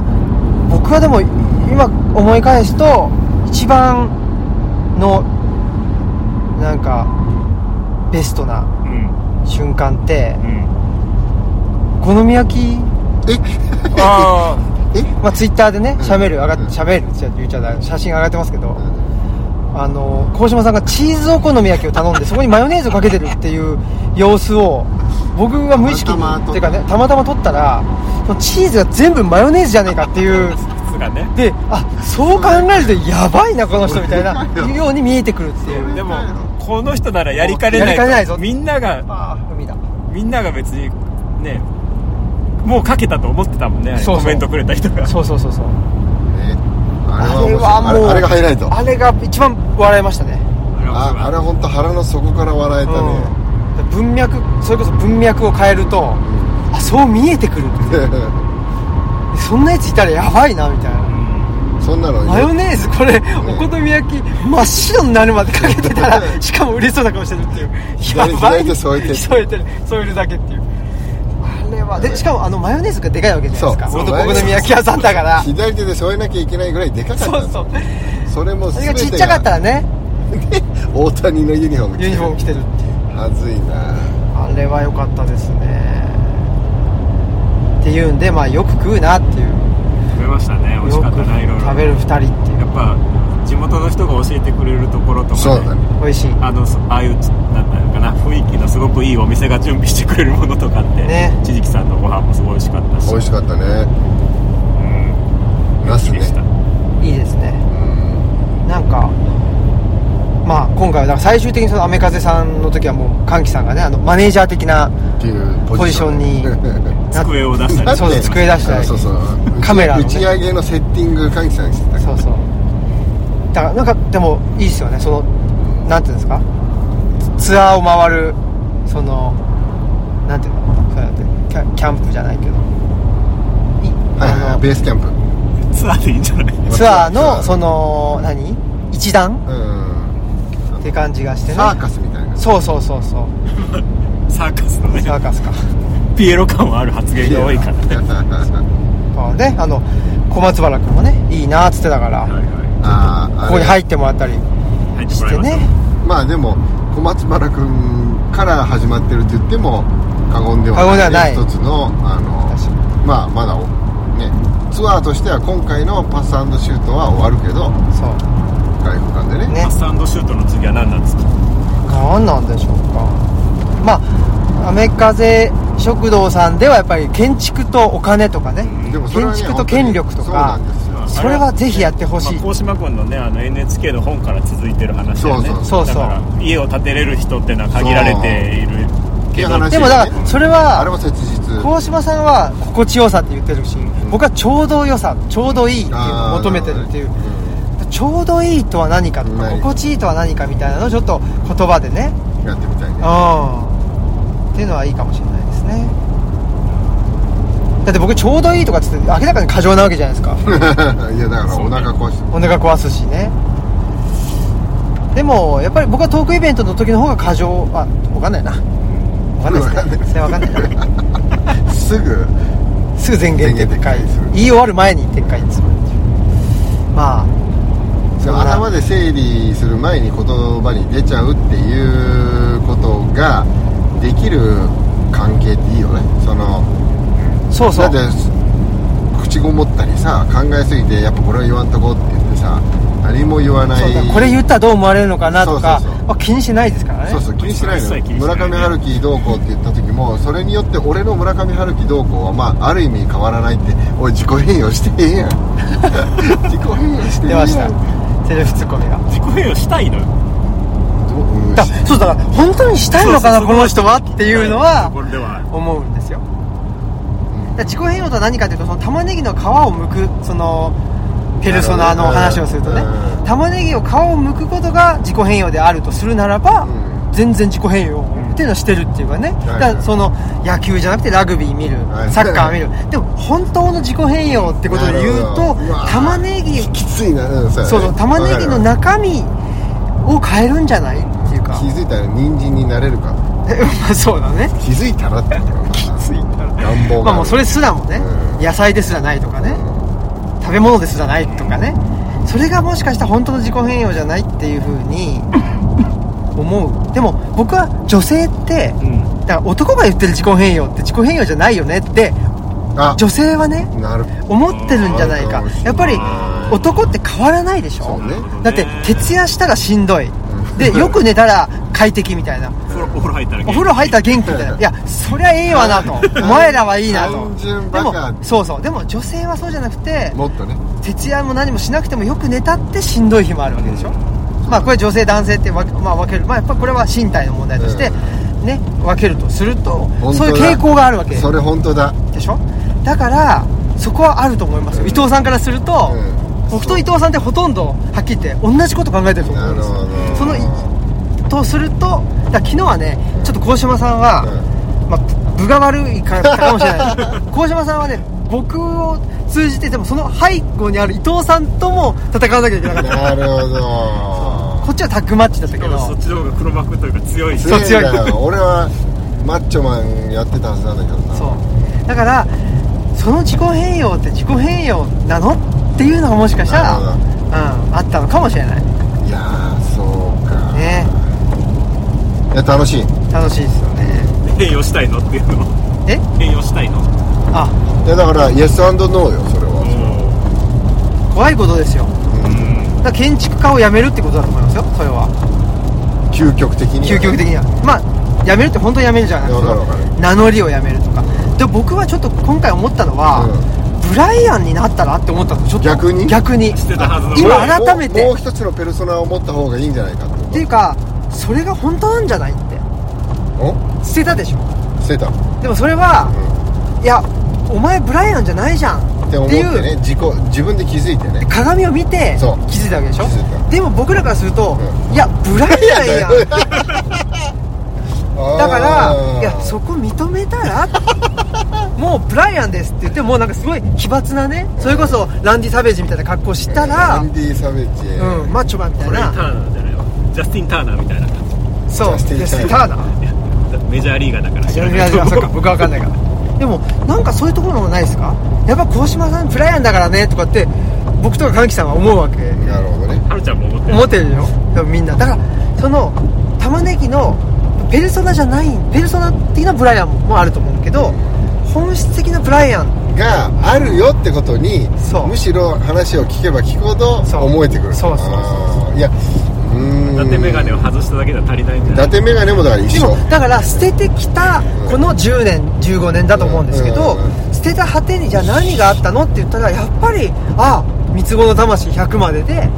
[SPEAKER 1] 僕僕はでも今思い返すと一番のなんかベストな
[SPEAKER 3] うん
[SPEAKER 1] 瞬間って
[SPEAKER 3] うん
[SPEAKER 1] お好み焼き
[SPEAKER 3] あ
[SPEAKER 1] まあ、ツイッターでね
[SPEAKER 2] うん
[SPEAKER 1] しゃべる上がっ
[SPEAKER 2] うん
[SPEAKER 1] しゃべるって言っちゃった写真上がってますけど、あの鴻島さんがチーズお好み焼きを頼んでそこにマヨネーズをかけてるっていう様子を僕が無意識に
[SPEAKER 2] たまたま撮っ
[SPEAKER 1] っていうかねたまたま撮ったらそのチーズが全部マヨネーズじゃねえかっていう
[SPEAKER 3] あつがね
[SPEAKER 1] であそう考えるとやばいなこの人みたいなように見えてくるっていう
[SPEAKER 3] でもこの人ならやりかねない
[SPEAKER 1] やりかねないぞ
[SPEAKER 3] みんなが
[SPEAKER 1] ああ海だ
[SPEAKER 3] みんなが別にねもうかけたと思ってたもんねあれ
[SPEAKER 1] そうそう
[SPEAKER 3] コメントくれた人が
[SPEAKER 1] そうそうそうそう
[SPEAKER 2] ね
[SPEAKER 1] あ
[SPEAKER 2] あれは
[SPEAKER 1] れは
[SPEAKER 2] 面白いあれ
[SPEAKER 1] もう
[SPEAKER 2] あれがハイライト
[SPEAKER 1] あれが一番笑いましたね
[SPEAKER 2] ああれは本当腹の底から笑えたね、
[SPEAKER 1] うん文脈それこそ文脈を変えるとあそう見えてくるっていうそんなやついたらやばいなみたいな
[SPEAKER 2] そんなの
[SPEAKER 1] マヨネーズこれお好み焼き真っ白になるまでかけてたらしかも嬉しそうな顔してるっていう
[SPEAKER 2] 左左手添えてる
[SPEAKER 1] 添えてる添えるだけっていうあれはでしかもあのマヨネーズがでかいわけじゃないですか
[SPEAKER 2] そう
[SPEAKER 1] 元々お好み焼き屋さんだから
[SPEAKER 2] 左手で添えなきゃいけないぐらいでかか
[SPEAKER 1] そ
[SPEAKER 2] っ
[SPEAKER 1] うそう
[SPEAKER 2] たそれも
[SPEAKER 1] あ
[SPEAKER 2] 全
[SPEAKER 1] れ
[SPEAKER 2] て
[SPEAKER 1] がちっちゃかったらね
[SPEAKER 2] 大谷のユニフォーム着て
[SPEAKER 1] ユニフォーム着てるっていう
[SPEAKER 2] はずいな
[SPEAKER 1] あれは良かったですねっていうんでまあよく食うなっていう
[SPEAKER 3] 食べましたね美味し
[SPEAKER 1] よ
[SPEAKER 3] かっ
[SPEAKER 1] く
[SPEAKER 3] たな色々
[SPEAKER 1] 食べる2人ってい
[SPEAKER 3] やっぱ地元の人が教えてくれるところとか、ね、
[SPEAKER 2] そうだね
[SPEAKER 1] う美味しい
[SPEAKER 3] あのそああいうなんだろうかな雰囲気のすごくいいお店が準備してくれるものとかって、
[SPEAKER 1] ね
[SPEAKER 3] 千々木さんのご飯もすごい美味しかったし
[SPEAKER 2] 美味しかったね
[SPEAKER 3] うん
[SPEAKER 2] ナス
[SPEAKER 3] でした
[SPEAKER 2] ね
[SPEAKER 1] いいですね
[SPEAKER 2] うん
[SPEAKER 1] なんかまあ今回はだから最終的にその雨風さんの時はもう歓喜さんがねあのマネージャー的な
[SPEAKER 2] っていうポジション
[SPEAKER 1] ポジシ
[SPEAKER 3] 机を出したり
[SPEAKER 2] だって
[SPEAKER 1] そう机出したり
[SPEAKER 2] あそうそう
[SPEAKER 1] カメラの
[SPEAKER 2] 打
[SPEAKER 1] ね
[SPEAKER 2] ち上げのセッティング関係者にしてた
[SPEAKER 1] そうそうだからなんかでもいいですよねそのなんていうんですかツツアーを回るそのなんていうのそうやってキャキャンプじゃないけどいあ
[SPEAKER 2] はいはいはい
[SPEAKER 1] の
[SPEAKER 2] ベースキャンプ
[SPEAKER 3] ツアーでいいんじゃない
[SPEAKER 1] ツアー
[SPEAKER 2] ツア
[SPEAKER 1] の
[SPEAKER 2] ー
[SPEAKER 1] その何一段
[SPEAKER 2] うん
[SPEAKER 1] って感じがしてね
[SPEAKER 2] サーカスみたいな
[SPEAKER 1] そうそうそうそう
[SPEAKER 3] サーカスのね
[SPEAKER 1] サーカスか
[SPEAKER 3] ピエロ感はある発言が多いからね
[SPEAKER 1] まあねあの小松原君もねいいなっつってたから、
[SPEAKER 3] はいは
[SPEAKER 2] ああ
[SPEAKER 1] ここに入
[SPEAKER 2] っ
[SPEAKER 1] ってもらったり
[SPEAKER 3] い入って
[SPEAKER 1] し
[SPEAKER 3] もら
[SPEAKER 1] て
[SPEAKER 3] いまし
[SPEAKER 1] ね
[SPEAKER 3] た
[SPEAKER 2] まあでも小松原君から始まってるって言っても過言では
[SPEAKER 1] 過言ではない
[SPEAKER 2] 一つのあの
[SPEAKER 1] 確か
[SPEAKER 2] まあまだおねツアーとしては今回のパスシュートは終わるけど
[SPEAKER 1] そう
[SPEAKER 2] 外国間でね
[SPEAKER 1] ね
[SPEAKER 3] パスアンドシュートの次は何なんですか
[SPEAKER 1] 何なんでしょうかまあ雨風食堂さんではやっぱり建築とお金とかね
[SPEAKER 2] でもそれはね
[SPEAKER 1] 建築と
[SPEAKER 2] 本当に
[SPEAKER 1] 権力とか
[SPEAKER 2] そうなんですよ
[SPEAKER 1] それはぜひやってほしい
[SPEAKER 3] まあ、鴻島君のねあの NHK の本から続いてる話だよね
[SPEAKER 2] そ
[SPEAKER 1] そ
[SPEAKER 2] う
[SPEAKER 1] うそう
[SPEAKER 3] だから家を建てれる人ってのは限られているけ
[SPEAKER 2] そうい
[SPEAKER 3] ど
[SPEAKER 2] う話
[SPEAKER 1] でもだからそれ
[SPEAKER 2] あれ
[SPEAKER 1] は
[SPEAKER 2] も切実
[SPEAKER 1] 鴻島さんは心地よさって言ってるし僕はちょうど良さちょうどいいっていうのを求めてるっていうちょうどいいとは何かとか
[SPEAKER 2] ない
[SPEAKER 1] 心地いいとは何かみたいなのをちょっと言葉でね
[SPEAKER 2] うんやってみたいね
[SPEAKER 1] うんっていうのはいいかもしれないですねだって僕ちょうどいいとかっつって明らかに過剰なわけじゃないですか
[SPEAKER 2] いやだからお腹壊して
[SPEAKER 1] お腹壊すしねでもやっぱり僕はトークイベントの時の方が過剰あ分かんないな分かんないですねそれ分かんないな
[SPEAKER 2] すぐ
[SPEAKER 1] すぐ前言撤回
[SPEAKER 2] 前言撤回
[SPEAKER 1] 言い終わる前に撤回するまあ
[SPEAKER 2] その
[SPEAKER 1] そんな
[SPEAKER 2] 頭で整理する前に言葉に出ちゃうっていうことができる関係っていいよねその
[SPEAKER 1] そうそ
[SPEAKER 2] だっ
[SPEAKER 1] う
[SPEAKER 2] て口ごもったりさ考えすぎてやっぱこれは言わんとこって言ってさ何も言わな
[SPEAKER 1] そう
[SPEAKER 2] い
[SPEAKER 1] だこれ言ったらどう思われるのかなとか
[SPEAKER 2] そうそうそう
[SPEAKER 1] まあ気にしないですからね
[SPEAKER 2] そうそう気にしないの
[SPEAKER 3] そう
[SPEAKER 2] よ
[SPEAKER 3] 気にしな
[SPEAKER 2] 村
[SPEAKER 3] い
[SPEAKER 2] 上春樹どうこうって言った時もそれによって俺の村上春樹どうこうはまあある意味変わらないっておい自己変容してええ やん自己変容して
[SPEAKER 1] 出
[SPEAKER 2] ええや
[SPEAKER 1] ま
[SPEAKER 2] ん
[SPEAKER 1] したセルフツッコミが
[SPEAKER 3] 自己変容したいのよ
[SPEAKER 2] どううん
[SPEAKER 1] だそうだから本当にしたいのかなこの人はっていうのは
[SPEAKER 3] これでは
[SPEAKER 1] 思うんですよだから自己変容とは何かというとその玉ねぎの皮を剥くそのペルソナの
[SPEAKER 2] なるほ
[SPEAKER 1] 話
[SPEAKER 2] ど
[SPEAKER 1] をするとね
[SPEAKER 2] うん
[SPEAKER 1] 玉ねぎを皮を剥くことが自己変容であるとするならば、
[SPEAKER 2] うん
[SPEAKER 1] 全然自己変容っていうのをしてるっていうかね、だ
[SPEAKER 2] はい
[SPEAKER 1] からその野球じゃなくてラグビー見る、
[SPEAKER 2] はい
[SPEAKER 1] サッカー見るでも本当の自己変容ってことで言う
[SPEAKER 2] なる
[SPEAKER 1] と
[SPEAKER 2] ほどうわ
[SPEAKER 1] 玉ねぎ
[SPEAKER 2] きついなうんそうやね
[SPEAKER 1] そうそう玉ねぎの
[SPEAKER 2] わか
[SPEAKER 1] 中身を変えるんじゃないっていう
[SPEAKER 2] る
[SPEAKER 1] か
[SPEAKER 2] 気づいたら人参になれるか
[SPEAKER 1] まあ そうだね
[SPEAKER 2] 気づいた らって言ったら気づいたら願望が
[SPEAKER 1] まあもうそれすらもね、
[SPEAKER 2] う
[SPEAKER 1] 野菜ですらないとかね、食べ物ですじゃないとかねそれがもしかしたら本当の自己変容じゃないっていう風 に思うでも僕は女性って
[SPEAKER 3] うん
[SPEAKER 1] だから男が言ってる自己変容って自己変容じゃないよねって
[SPEAKER 2] あ
[SPEAKER 1] 女性はね
[SPEAKER 2] なる
[SPEAKER 1] 思ってるんじゃないかやっぱり男って変わらないでし
[SPEAKER 2] そ
[SPEAKER 1] ょ
[SPEAKER 2] うね
[SPEAKER 1] だって徹夜したらしんどい
[SPEAKER 2] ん
[SPEAKER 1] でよく寝たら快適みたいな
[SPEAKER 3] お風呂お風呂入ったら
[SPEAKER 1] お風呂入ったら元気み たいないやそりゃええわなとお前らはいいなと
[SPEAKER 2] 単純
[SPEAKER 1] で
[SPEAKER 2] バ
[SPEAKER 1] も
[SPEAKER 2] カ
[SPEAKER 1] そうそうでも女性はそうじゃなくて
[SPEAKER 2] もっとね
[SPEAKER 1] 徹夜も何もしなくてもよく寝たってしんどい日もあるわけでしょまあこれ女性男性ってわけ,、まあ、分けるまあやっぱこれは身体の問題としてね分けるとすると
[SPEAKER 2] 本当だ
[SPEAKER 1] そういう傾向があるわけ
[SPEAKER 2] それ本当だ
[SPEAKER 1] でしょだからそこはあると思いますよ、
[SPEAKER 2] うん
[SPEAKER 1] 伊藤さんからすると、
[SPEAKER 2] うん
[SPEAKER 1] 僕と伊藤さんってほとんどはっきり言って同じこと考えてると思
[SPEAKER 2] な
[SPEAKER 1] うん
[SPEAKER 2] る
[SPEAKER 1] です
[SPEAKER 2] ほ
[SPEAKER 1] よ
[SPEAKER 2] ど
[SPEAKER 1] そのいとするとだから昨日はねちょっと鴻島さんは、まあ、部が悪いからかもしれない です鴻島さんはね僕を通じてでもその背後にある伊藤さんとも戦わなきゃいけなかった
[SPEAKER 2] なるほど
[SPEAKER 1] こっちはタッグマッチだったけど
[SPEAKER 3] そっちの方が黒幕というか強いし
[SPEAKER 1] そっち強い
[SPEAKER 2] 強いんだよ俺はマッチョマンやってたはずなんだけどな
[SPEAKER 1] そうだからその自己変容って自己変容なのっていうのがもしかしたら、
[SPEAKER 2] なるほ
[SPEAKER 1] う
[SPEAKER 2] ど
[SPEAKER 1] ん、あったのかもしれない
[SPEAKER 2] いやーそうか
[SPEAKER 1] ね
[SPEAKER 2] いや楽しいい
[SPEAKER 1] 楽しいですよね
[SPEAKER 3] 変容したいのっていうの
[SPEAKER 1] え
[SPEAKER 3] 変容したいの
[SPEAKER 1] あ
[SPEAKER 2] やだからイエスノーよそれは
[SPEAKER 1] 怖いことですよだから建築家を辞めるってことだと思いますよそれは
[SPEAKER 2] 究極的に
[SPEAKER 1] 究極的にはまあ辞めるって本当に辞めるじゃな
[SPEAKER 2] わかるわ
[SPEAKER 1] く
[SPEAKER 2] かる
[SPEAKER 1] て名乗りを辞めるとかで僕はちょっと今回思ったのは、ブライアンになったらって思ったのちょっと
[SPEAKER 2] 逆に
[SPEAKER 1] 逆にっ
[SPEAKER 3] してたはずの
[SPEAKER 1] 今
[SPEAKER 2] もう
[SPEAKER 1] 改めて
[SPEAKER 2] もうもう一つのペルソナを持った方がいいんじゃないかって
[SPEAKER 1] ていうかそれが本当なんじゃないって
[SPEAKER 2] お
[SPEAKER 1] 捨てたでしょ
[SPEAKER 2] 捨てたっ
[SPEAKER 1] でもそれは、いやお前ブライアンじゃないじゃんってて
[SPEAKER 2] 思って
[SPEAKER 1] いう
[SPEAKER 2] ね自己自分で気づいてね
[SPEAKER 1] 鏡を見て気
[SPEAKER 2] そう
[SPEAKER 1] づいたわけでしょ
[SPEAKER 2] 気づい
[SPEAKER 1] でも僕らからすると、いやブライア ンやんだか
[SPEAKER 2] あ
[SPEAKER 1] ら
[SPEAKER 2] ー
[SPEAKER 1] いやそこ認めたら もうブライアンですって言ってもうなんかすごい奇抜なねそれこそランディ・サベージみたいな格好したら、
[SPEAKER 2] ア
[SPEAKER 1] う
[SPEAKER 2] ンディ・サベッジ、
[SPEAKER 1] んマッチョマンみた
[SPEAKER 3] こ
[SPEAKER 1] い
[SPEAKER 3] れター
[SPEAKER 1] な
[SPEAKER 3] ナーじゃないわジャスティン・ターナーみたいな感じ
[SPEAKER 1] そう
[SPEAKER 2] ジャスティン
[SPEAKER 1] ターナー
[SPEAKER 3] いやメジャーリーガーだから
[SPEAKER 1] い
[SPEAKER 3] 知
[SPEAKER 1] や
[SPEAKER 3] ら
[SPEAKER 1] い
[SPEAKER 3] な
[SPEAKER 1] や
[SPEAKER 3] い
[SPEAKER 1] いやそっか僕は分かんないからでもなんかそういうところもないですかやっぱ鴻島さんブライアンだからねとかって僕とか神木さんは思うわけ
[SPEAKER 2] なるほどね
[SPEAKER 3] はるちゃんも思ってる
[SPEAKER 1] 思ってるよでもみんなだからその玉ねぎのペルソナじゃないペルソナ的なブライアンもあると思うけど本質的なブライアン
[SPEAKER 2] があるよってことに
[SPEAKER 1] そう
[SPEAKER 2] むしろ話を聞けば聞くほど
[SPEAKER 1] そう
[SPEAKER 2] 思えてくる
[SPEAKER 1] そうそうそうそう
[SPEAKER 2] あーいやうーん
[SPEAKER 3] 伊達メガネを外しただけでは足りないんじゃ
[SPEAKER 2] 伊
[SPEAKER 3] ない
[SPEAKER 2] 達メガネもだから一
[SPEAKER 1] で
[SPEAKER 2] 緒
[SPEAKER 1] もだから捨ててきたこの10年15年だと思うんですけど
[SPEAKER 2] うんうん
[SPEAKER 1] 捨てた果てにじゃあ何があったのって言ったらやっぱりあ三つ子の魂100まで で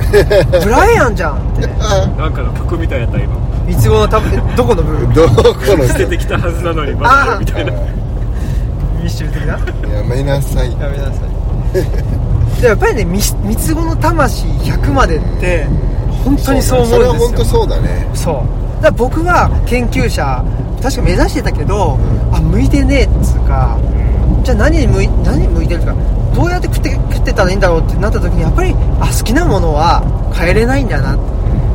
[SPEAKER 1] ブライアンじゃんって
[SPEAKER 2] あ
[SPEAKER 3] なんかの曲みたいやった今
[SPEAKER 1] 三つ子の魂ってどこの部分
[SPEAKER 2] どこ の
[SPEAKER 3] 捨ててきたはずなのにまだみたいな
[SPEAKER 1] 密集的な
[SPEAKER 2] やめなさい
[SPEAKER 1] やめなさいでやっぱりねみ三つ子の魂100までって本当にそう思
[SPEAKER 2] れは
[SPEAKER 1] うん
[SPEAKER 2] 本
[SPEAKER 1] で
[SPEAKER 2] 当
[SPEAKER 1] すよ
[SPEAKER 2] そうだね
[SPEAKER 1] そうだから僕は研究者確か目指してたけど、あ向いてねえっつうかじゃあ何に向い何に向いてるかどうやって食って食ってたらいいんだろうってなった時にやっぱりあ好きなものは変えれないんだな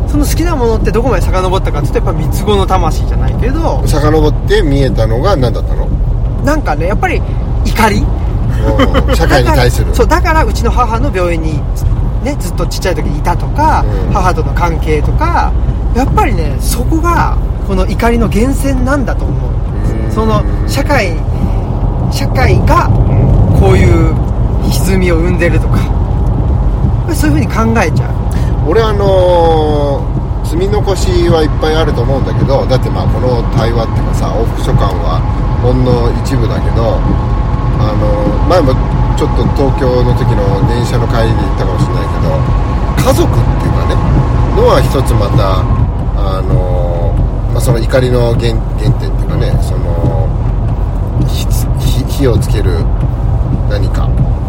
[SPEAKER 1] その好きなものってどこまで遡ったかって言うとやっぱ三つ子の魂じゃないけど
[SPEAKER 2] 遡って見えたのが何 だったの
[SPEAKER 1] なんかねやっぱり怒り
[SPEAKER 2] うん社会に対する
[SPEAKER 1] だからそうだからうちの母の病院に、ね、ずっとちっちゃい時にいたとか、
[SPEAKER 2] うん
[SPEAKER 1] 母との関係とかやっぱりねそこがこの怒りの源泉なんだと思う
[SPEAKER 2] うん
[SPEAKER 1] その社会社会がこういう歪みを生んでるとかそういうふうに考えちゃう
[SPEAKER 2] 俺あのー積み残しはいっぱいあると思うんだけどだってまあこの対話っていうかさ往復書簡はほんの一部だけどあのー前もちょっと東京の時の電車の帰りで言ったかもしれないけど家族っていうかねのは一つまたあのー、まあ、その怒りの原原点っていうかねその火つ火火をつける何か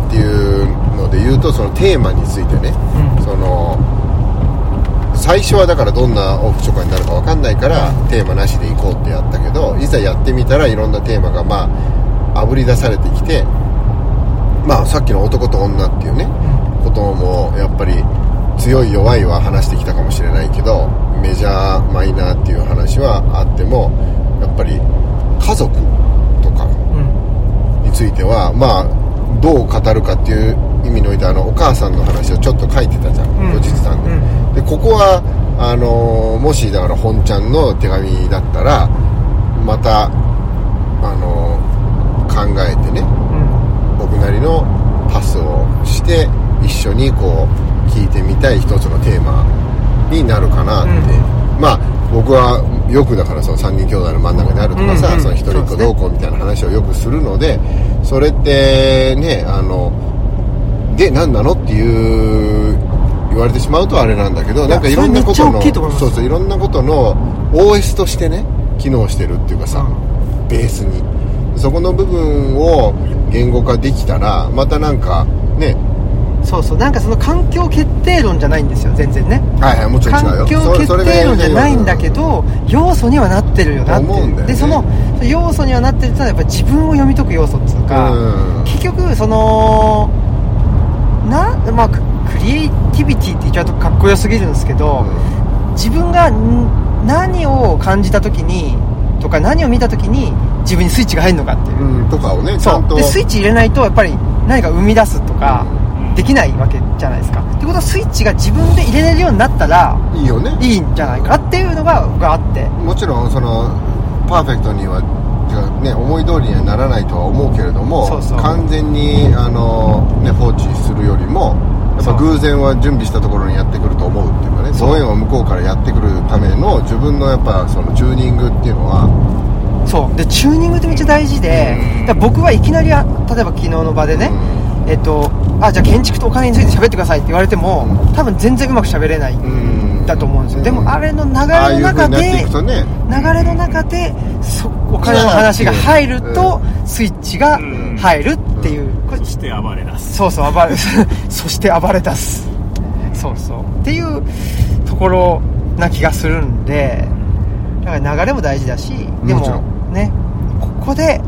[SPEAKER 2] っていうので言うとそのテーマについてね、その最初はだからどんなオフショッカーになるかわかんないからテーマなしで行こうってやったけどいざやってみたらいろんなテーマがまああぶり出されてきてまあさっきの男と女っていうねこともやっぱり強い弱いは話してきたかもしれないけどメジャーマイナーっていう話はあってもやっぱり家族とか
[SPEAKER 1] うん
[SPEAKER 2] についてはまあどう語るかっていう意味においてあのお母母さんの話をちょっと書いてたじゃん、
[SPEAKER 1] ん
[SPEAKER 2] 後日談で,、
[SPEAKER 1] うん
[SPEAKER 2] でここはあのーもしだから本ちゃんの手紙だったらまたあのー考えてね
[SPEAKER 1] うん
[SPEAKER 2] 僕なりのパスをして一緒にこう聞いてみたい一つのテーマになるかなって、まあ僕はよくだからその3人兄弟の真ん中にあるとかさ、
[SPEAKER 1] うんうん
[SPEAKER 2] その一人っ子どうこうみたいな話をよくするのでそれってねあので何なのっていう言われてしまうとあれなんだけどなんかいろんなこと
[SPEAKER 1] それめ
[SPEAKER 2] の
[SPEAKER 1] っちゃ大きいと思います
[SPEAKER 2] そうそういろんなことの OS としてね機能してるっていうかさ、ベースにそこの部分を言語化できたらまたなんかね
[SPEAKER 1] そうそうなんかその環境決定論じゃないんですよ全然ね
[SPEAKER 2] はいはいもちろん違うよ
[SPEAKER 1] 環境決
[SPEAKER 2] それ
[SPEAKER 1] 定論じゃないんだけ
[SPEAKER 2] ど
[SPEAKER 1] ど要素にはなってるよなって
[SPEAKER 2] 思うんだよね
[SPEAKER 1] でその要素にはなってるってのはやっぱり自分を読み解く要素っていうか、
[SPEAKER 2] うん
[SPEAKER 1] 結局そのなまあククリエイティビティって言っちゃうとかっこよすぎるんですけど、自分がん何を感じた時にとか何を見た時に自分にスイッチが入るのかっていう、
[SPEAKER 2] うんうんとかをねちゃ
[SPEAKER 1] そ
[SPEAKER 2] ん
[SPEAKER 1] う
[SPEAKER 2] と
[SPEAKER 1] でスイッチ入れないとやっぱり何か生み出すとか
[SPEAKER 3] うん
[SPEAKER 1] できないわけじゃないですかってことはスイッチが自分で入れれるようになったら
[SPEAKER 2] いいよね
[SPEAKER 1] いいんじゃないかっていうのが僕はあって
[SPEAKER 2] もちろんそのパーフェクトにはてかね思い通りにはならないとは思うけれども
[SPEAKER 1] そうそう
[SPEAKER 2] 完全にあの、ね、放置するよりもやっ
[SPEAKER 1] そ
[SPEAKER 2] ぱ
[SPEAKER 1] う
[SPEAKER 2] 偶然は準備したところにやってくると思うっていうかね
[SPEAKER 1] そう
[SPEAKER 2] ご縁は向こうからやってくるための自分のやっぱそのチューニングっていうのは
[SPEAKER 1] そうでチューニングってめっちゃ大事で
[SPEAKER 2] うん
[SPEAKER 1] だから僕はいきなりあ例えば昨日の場でね、えっとあじゃあ建築とお金について喋ってくださいって言われても多分全然うまく喋れない
[SPEAKER 2] うん
[SPEAKER 1] だと思うんですよでもあれの流れ
[SPEAKER 2] ああ
[SPEAKER 1] の
[SPEAKER 2] いう風
[SPEAKER 1] 中
[SPEAKER 2] になってい
[SPEAKER 1] で
[SPEAKER 2] くとね
[SPEAKER 1] 流れの中でそお金の話が入るとスイッチが入るっていうこれ
[SPEAKER 3] そして暴れ出す
[SPEAKER 1] そうそう暴れ そして暴れ出すそうそうっていうところな気がするんでだから流れも大事だしで
[SPEAKER 2] もちろ
[SPEAKER 1] もねここで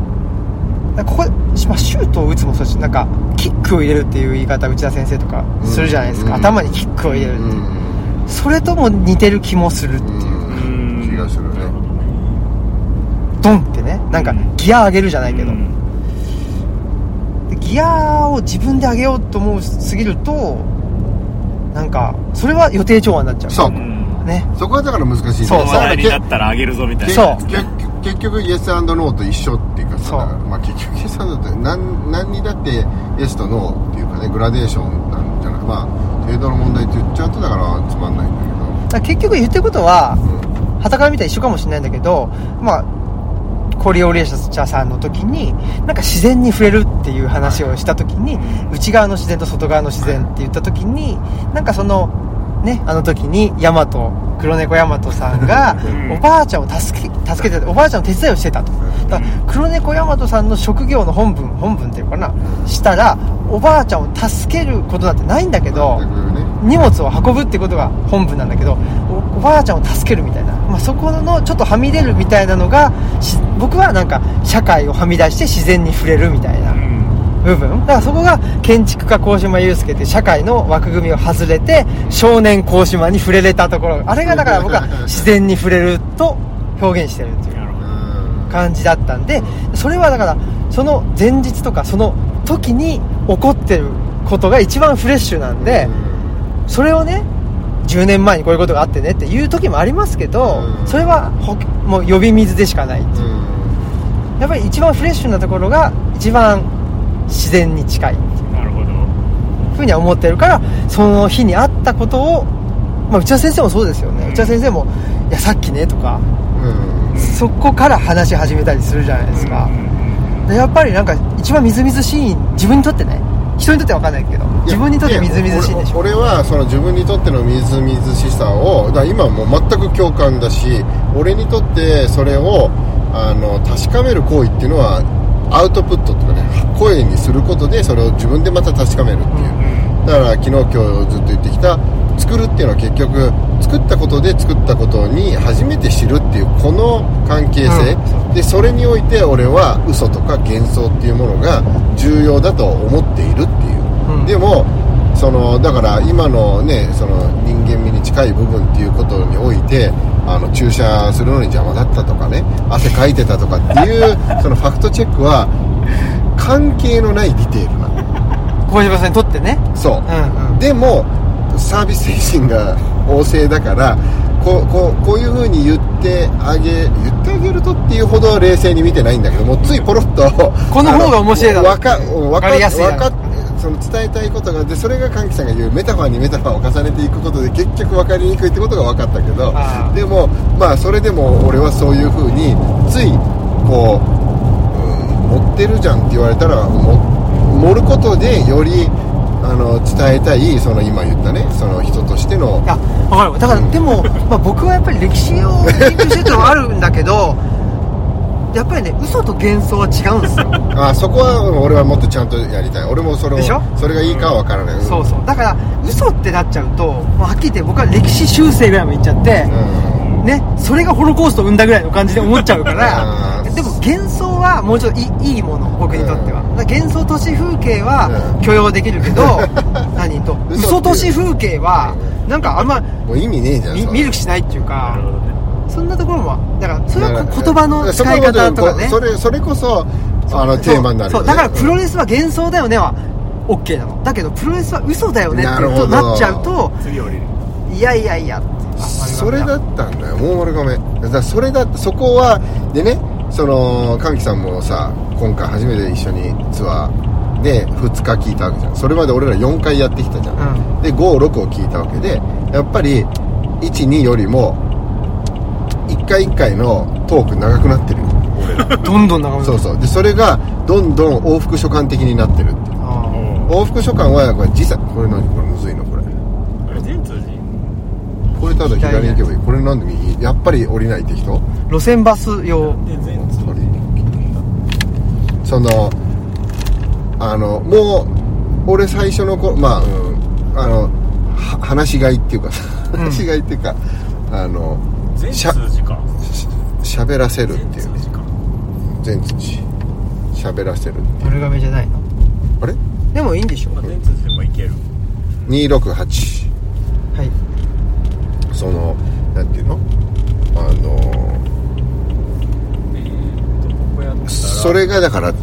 [SPEAKER 1] ここで、まあ、シュートを打つもそうだしなんかキックを入れるっていう言い方内田先生とかするじゃないですか、
[SPEAKER 2] うん
[SPEAKER 1] 頭にキックを入れるって、
[SPEAKER 2] うん
[SPEAKER 1] それとも似てる気もするっていう、
[SPEAKER 2] うん気がするね
[SPEAKER 1] ドンってねなんかギア上げるじゃないけど、
[SPEAKER 3] うん
[SPEAKER 1] でギアを自分で上げようと思うすぎるとなんかそれは予定調和になっちゃう
[SPEAKER 2] そう
[SPEAKER 3] うん
[SPEAKER 1] ね
[SPEAKER 2] そこはだから難しいね
[SPEAKER 1] そう
[SPEAKER 3] お
[SPEAKER 1] そう
[SPEAKER 3] 前になったらあげるぞみたいな
[SPEAKER 1] そう
[SPEAKER 2] 結局結局イエスノーと一緒っていうかさ
[SPEAKER 1] そう
[SPEAKER 2] だからまあ、結局イエスノーって何何にだってイエスとノーっていうかねグラデーションなんじゃないまあ程度の問題って言っちゃうとだからつまんないんだ
[SPEAKER 1] だから結局言ってることは
[SPEAKER 2] けど、
[SPEAKER 1] はたから見たら一緒かもしれないんだけどまあコリオレーシャさんの時になんか自然に触れるっていう話をした時に内側の自然と外側の自然って言った時になんかそのねあの時にヤマト黒猫ヤマトさんが
[SPEAKER 3] うん
[SPEAKER 1] おばあちゃんを助け助けてたおばあちゃんの手伝いをしてたとだから黒猫ヤマトさんの職業の本文本文っていうかなしたらおばあちゃんを助けることなんてないんだけど、
[SPEAKER 2] うん、全くね
[SPEAKER 1] 荷物を運ぶってことが本部なんだけどおおばあちゃんを助けるみたいな、まあ、そこのちょっとはみ出るみたいなのがし僕はなんか社会をはみ出して自然に触れるみたいな
[SPEAKER 3] うん
[SPEAKER 1] 部分だからそこが建築家鴻島祐介って社会の枠組みを外れて少年鴻島に触れれたところあれがだから僕 は自然に触れると表現してるっていう
[SPEAKER 3] なるほ
[SPEAKER 2] う
[SPEAKER 3] ど
[SPEAKER 2] ん
[SPEAKER 1] 感じだったんでそれはだからその前日とかその時に起こってることが一番フレッシュなんで。それをね10年前にこういうことがあってねっていう時もありますけど、
[SPEAKER 2] うん
[SPEAKER 1] それはほもう呼び水でしかない
[SPEAKER 2] うん
[SPEAKER 1] やっぱり一番フレッシュなところが一番自然に近い
[SPEAKER 3] なるほど
[SPEAKER 1] ふうには思ってるからその日にあったことを、まあ、内田先生もそうですよね、
[SPEAKER 3] うん
[SPEAKER 1] 内田先生も「いやさっきね」とか
[SPEAKER 2] うん
[SPEAKER 1] そこから話し始めたりするじゃないですか
[SPEAKER 3] うん、うん
[SPEAKER 1] でやっぱりなんか一番みずみずしい自分にとってね人にとっては分かんないけど
[SPEAKER 2] いや
[SPEAKER 1] 自分にとってみずみずしいでし
[SPEAKER 2] や
[SPEAKER 1] ょ
[SPEAKER 2] 俺俺はその自分にとってのみずみずしさをだから今はもう全く共感だし俺にとってそれをあの確かめる行為っていうのはアウトプットっていうかね声にすることでそれを自分でまた確かめるっていう、だから昨日今日ずっと言ってきた作るっていうのは結局作ったことで作ったことに初めて知るっていうこの関係性、でそれにおいて俺は嘘とか幻想っていうものが重要だと思っているっていう、
[SPEAKER 1] うん
[SPEAKER 2] でもそのだから今のねその人間味に近い部分っていうことにおいてあの注射するのに邪魔だったとかね汗かいてたとかっていうそのファクトチェックは関係のないディテールなの
[SPEAKER 1] 小島さんにとってね
[SPEAKER 2] そ
[SPEAKER 1] う、
[SPEAKER 2] う
[SPEAKER 1] んうん
[SPEAKER 2] でもサービス精神が旺盛だからこうこうこういうふうに言ってあげ言ってあげるとっていうほど冷静に見てないんだけどもついポロッと
[SPEAKER 1] この方が面白いだろ
[SPEAKER 2] わかわ
[SPEAKER 1] わかりやすいだろ
[SPEAKER 2] わかその伝えたいことがでそれが歓喜さんが言うメタファーにメタファーを重ねていくことで結局分かりにくいってことが分かったけど
[SPEAKER 1] あー
[SPEAKER 2] でもまあそれでも俺はそういうふうについこううん持ってるじゃんって言われたらも盛ることでよりあの伝えたいその今言ったねその人としての
[SPEAKER 1] いやわかるだからで も、まあ、僕はやっぱり歴史を研究してるのもあるんだけどやっぱりね嘘と幻想は違うんですよ
[SPEAKER 2] あそこはうん俺はもっとちゃんとやりたい俺もそれを
[SPEAKER 1] でしょ
[SPEAKER 2] それがいいかは分からない、ん
[SPEAKER 1] そうそうだから嘘ってなっちゃうともうはっきり言って僕は歴史修正ぐらいまでいっちゃって、
[SPEAKER 2] うん
[SPEAKER 1] ね、それがホロコーストを生んだぐらいの感じで思っちゃうから
[SPEAKER 2] あー
[SPEAKER 1] でも幻想はもうちょっといいいいもの僕にとっては、
[SPEAKER 2] う
[SPEAKER 1] だから幻想都市風景
[SPEAKER 2] う
[SPEAKER 1] は
[SPEAKER 2] ん
[SPEAKER 1] 許容できるけど、 何と
[SPEAKER 2] 嘘っていう
[SPEAKER 1] 嘘都市風景はなんかあんま
[SPEAKER 2] もう意味ねえじゃん
[SPEAKER 1] 見
[SPEAKER 2] そんな
[SPEAKER 1] 見る気しないっていう
[SPEAKER 3] な
[SPEAKER 1] か
[SPEAKER 3] るほどね
[SPEAKER 1] そんなところもだからそれ
[SPEAKER 2] な
[SPEAKER 1] は
[SPEAKER 2] るほ
[SPEAKER 1] こ
[SPEAKER 2] ど
[SPEAKER 1] 言葉の使い方とかね
[SPEAKER 2] そこまでこうそれそれこそあのテーマになる
[SPEAKER 1] そ
[SPEAKER 2] よ
[SPEAKER 1] う
[SPEAKER 2] ね
[SPEAKER 1] だからプロレスは幻想だよねは OK なのだけどプロレスは嘘だよねっていうことになっちゃう
[SPEAKER 2] な
[SPEAKER 1] と
[SPEAKER 3] 次降りる
[SPEAKER 1] いやいやいやってあ
[SPEAKER 2] それだったんだよもう俺ごめんだからそれだそこはでねその神木さんもさ今回初めて一緒にツアーで2日聞いたわけじゃんそれまで俺ら4回やってきたじゃん、で56を聞いたわけでやっぱり12よりも1回1回のトーク長くなってる俺ら
[SPEAKER 1] どんどん長め
[SPEAKER 2] そうそうでそれがどんどん往復書簡的になってるっていう
[SPEAKER 1] あ
[SPEAKER 2] 往復書簡はこれ時差これ何これむずいのこれ
[SPEAKER 3] あれ全通じ
[SPEAKER 2] これただ左に行けばいいこれなんで右やっぱり降りないって人
[SPEAKER 1] ー路線バス用
[SPEAKER 3] で全通
[SPEAKER 2] これそのあのもう俺最初のこまあ、うん、あのは話し飼いっていうか さ
[SPEAKER 1] うん
[SPEAKER 2] 話し飼いっていうか、あの
[SPEAKER 3] 全
[SPEAKER 2] しゃ
[SPEAKER 3] 通じか
[SPEAKER 2] し喋らせるって
[SPEAKER 3] 全
[SPEAKER 2] いう
[SPEAKER 3] 通じか
[SPEAKER 2] 全土喋らせる
[SPEAKER 1] 丸亀じゃないの
[SPEAKER 2] あれ
[SPEAKER 1] でもいいんでしょ
[SPEAKER 3] まあ全通じでもいける
[SPEAKER 2] 268
[SPEAKER 1] はい
[SPEAKER 2] そのなんていうのあの
[SPEAKER 3] えーっとここやったら
[SPEAKER 2] それがだから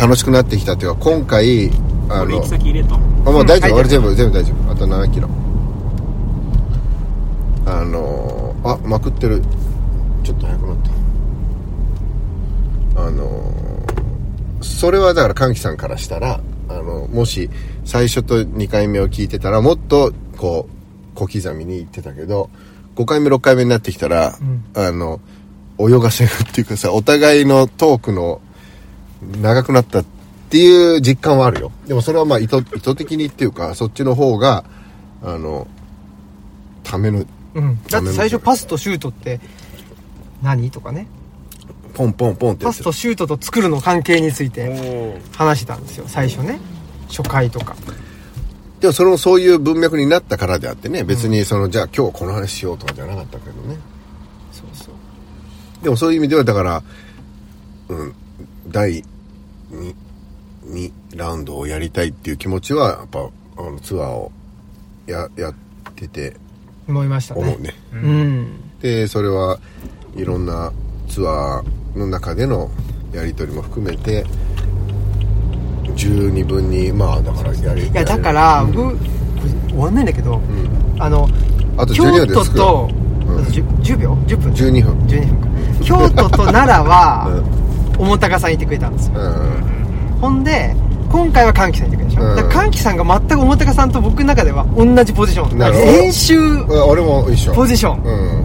[SPEAKER 2] 楽しくなってきたっていうか今回あ
[SPEAKER 3] これ
[SPEAKER 2] の
[SPEAKER 3] 行き先入れた
[SPEAKER 2] あもう大丈
[SPEAKER 1] う
[SPEAKER 2] 夫、
[SPEAKER 1] ん
[SPEAKER 2] 俺全部全部大丈夫あと7キロあのー、あまくってるちょっと速くなったあのー、それはだから歓喜さんからしたらあのもし最初と2回目を聞いてたらもっとこう小刻みに行ってたけど5回目6回目になってきたら、
[SPEAKER 1] ん
[SPEAKER 2] あの泳がせるっていうかさお互いのトークの長くなったっていう実感はあるよでもそれはまあ意図意図的にっていうかそっちの方があのための
[SPEAKER 1] うんだって最初パスとシュートって何とかね
[SPEAKER 2] ポンポンポンってや
[SPEAKER 1] パ
[SPEAKER 2] つ
[SPEAKER 1] スとシュートと作るの関係について
[SPEAKER 3] お
[SPEAKER 1] 話してたんですよ最初ね初回とか
[SPEAKER 2] でもそれもそういう文脈になったからであってね別にその、じゃあ今日はこの話しようとかじゃなかったけどね
[SPEAKER 1] そうそう
[SPEAKER 2] でもそういう意味ではだからうん第 2, 2ラウンドをやりたいっていう気持ちはやっぱあのツアーをややってて
[SPEAKER 1] 思いましたね
[SPEAKER 2] 思うね
[SPEAKER 1] うん
[SPEAKER 2] でそれはいろんなツアーの中でのやり取りも含めて十二分にまあだからやり
[SPEAKER 1] いやだか
[SPEAKER 2] や
[SPEAKER 1] ら
[SPEAKER 2] れる
[SPEAKER 1] 僕、これ終わんないんだけど、あの
[SPEAKER 2] あと
[SPEAKER 1] 京
[SPEAKER 2] 12秒で
[SPEAKER 1] 都
[SPEAKER 2] 着く
[SPEAKER 1] と
[SPEAKER 2] よ、
[SPEAKER 1] あと 10, 10秒10分
[SPEAKER 2] 12分
[SPEAKER 1] 12分か京都と奈良 は重高さんいてくれたんですよ
[SPEAKER 2] うん
[SPEAKER 1] ほんで今回は歓喜さんいてくれたでしょ、
[SPEAKER 2] うん
[SPEAKER 1] だから歓喜さんが全く重高さんと僕の中では同じポジション
[SPEAKER 2] なるほど
[SPEAKER 1] 練習
[SPEAKER 2] うん俺も一緒
[SPEAKER 1] ポジション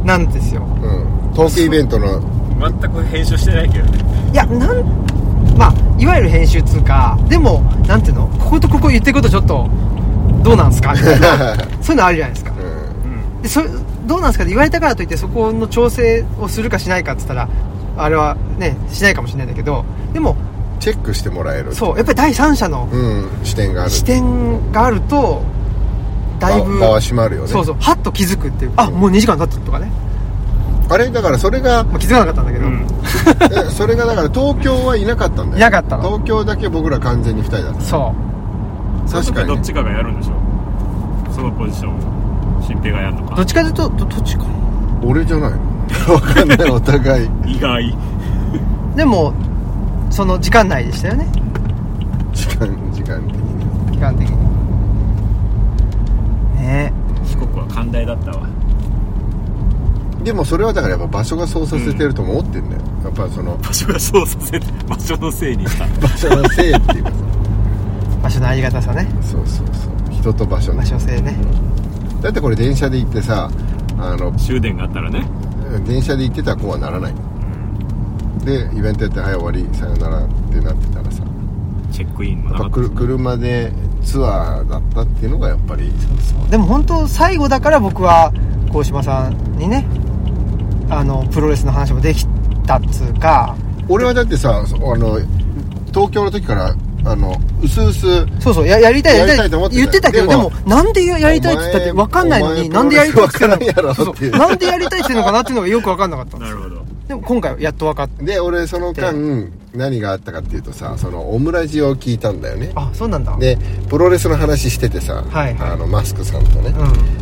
[SPEAKER 2] うん
[SPEAKER 1] なんですよ
[SPEAKER 2] うんトークイベントの
[SPEAKER 3] ー全く編集してないけどね
[SPEAKER 1] いやなんまあいわゆる編集っつうかでもなんていうのこことここ言ってることちょっとどうなんすかみたい なそういうのあるじゃないですか
[SPEAKER 2] うん
[SPEAKER 1] でそれどうなんですかって言われたからといってそこの調整をするかしないかっつったらあれはねしないかもしれないんだけどでも
[SPEAKER 2] チェックしてもらえる
[SPEAKER 1] そうやっぱり第三者の
[SPEAKER 2] うん視点がある
[SPEAKER 1] 視点があるとだいぶ
[SPEAKER 2] 場は閉まるよね
[SPEAKER 1] そうそうハッと気づくっていうあもう2時間経ったとかね、
[SPEAKER 2] あれだからそれが
[SPEAKER 1] まあ、気づかなかったんだけど、
[SPEAKER 2] えそれがだから東京はいなかったんだよ
[SPEAKER 1] いなかったの
[SPEAKER 2] 東京だけ僕ら完全に2人だっ
[SPEAKER 1] そ
[SPEAKER 2] た確かに
[SPEAKER 3] どっちかがやるんでしょそのポジションを新平がやるの
[SPEAKER 1] うどっ
[SPEAKER 3] か
[SPEAKER 1] ちかというとどどっちか
[SPEAKER 2] 俺じゃないのわかんないお互い
[SPEAKER 3] 意外
[SPEAKER 1] でもその時間内でしたよね
[SPEAKER 2] 時間時間的に
[SPEAKER 1] 期間的にね
[SPEAKER 3] 四国は寛大だったわ
[SPEAKER 2] でもそれはだからやっぱ場所がそうさせてるとも思ってんだよ、やっぱその
[SPEAKER 3] 場所がそうさせて場所のせいにした
[SPEAKER 2] 場所のせいっていうか
[SPEAKER 1] 場所のありがたさね
[SPEAKER 2] さそうそうそう人と場所
[SPEAKER 1] 場
[SPEAKER 2] ね
[SPEAKER 1] 所性ね
[SPEAKER 2] だってこれ電車で行ってさあの
[SPEAKER 3] 終電があったらね
[SPEAKER 2] 電車で行ってたらこうはならないでイベントやって「はい終わりさよなら」ってなってたらさ
[SPEAKER 3] チェックインも
[SPEAKER 2] や
[SPEAKER 3] な
[SPEAKER 2] っ
[SPEAKER 3] か
[SPEAKER 2] ぱ
[SPEAKER 3] った
[SPEAKER 2] くる車でツアーだったっていうのがやっぱり
[SPEAKER 1] そうそうでも本当最後だから僕は鴻島さんにねあのプロレスの話もできたっつうか
[SPEAKER 2] 俺はだってさそあの東京の時からあのうすうす
[SPEAKER 1] そうそうややりたいやり
[SPEAKER 2] や
[SPEAKER 1] たい
[SPEAKER 2] りたいと思ってた
[SPEAKER 1] 言ってたけどで
[SPEAKER 2] で
[SPEAKER 1] も
[SPEAKER 2] も
[SPEAKER 1] なんでややりたいって言ったって
[SPEAKER 2] お前
[SPEAKER 1] 分かんないのに
[SPEAKER 2] お前
[SPEAKER 1] なんでやりたいって言って
[SPEAKER 2] プロレス
[SPEAKER 1] そ
[SPEAKER 2] わ
[SPEAKER 1] う
[SPEAKER 2] かんないやろって
[SPEAKER 1] そ
[SPEAKER 2] いうう
[SPEAKER 1] なんでやりたいって言うのかなっていうのがよく分かんなかった
[SPEAKER 3] なるほど
[SPEAKER 1] でも今回はやっと分かった
[SPEAKER 2] で俺その間何があったかっていうとさそのオムラジを聞いたんだよね
[SPEAKER 1] あそうなんだ
[SPEAKER 2] でプロレスの話しててさ、
[SPEAKER 1] はいはい
[SPEAKER 2] あのマスクさんとね、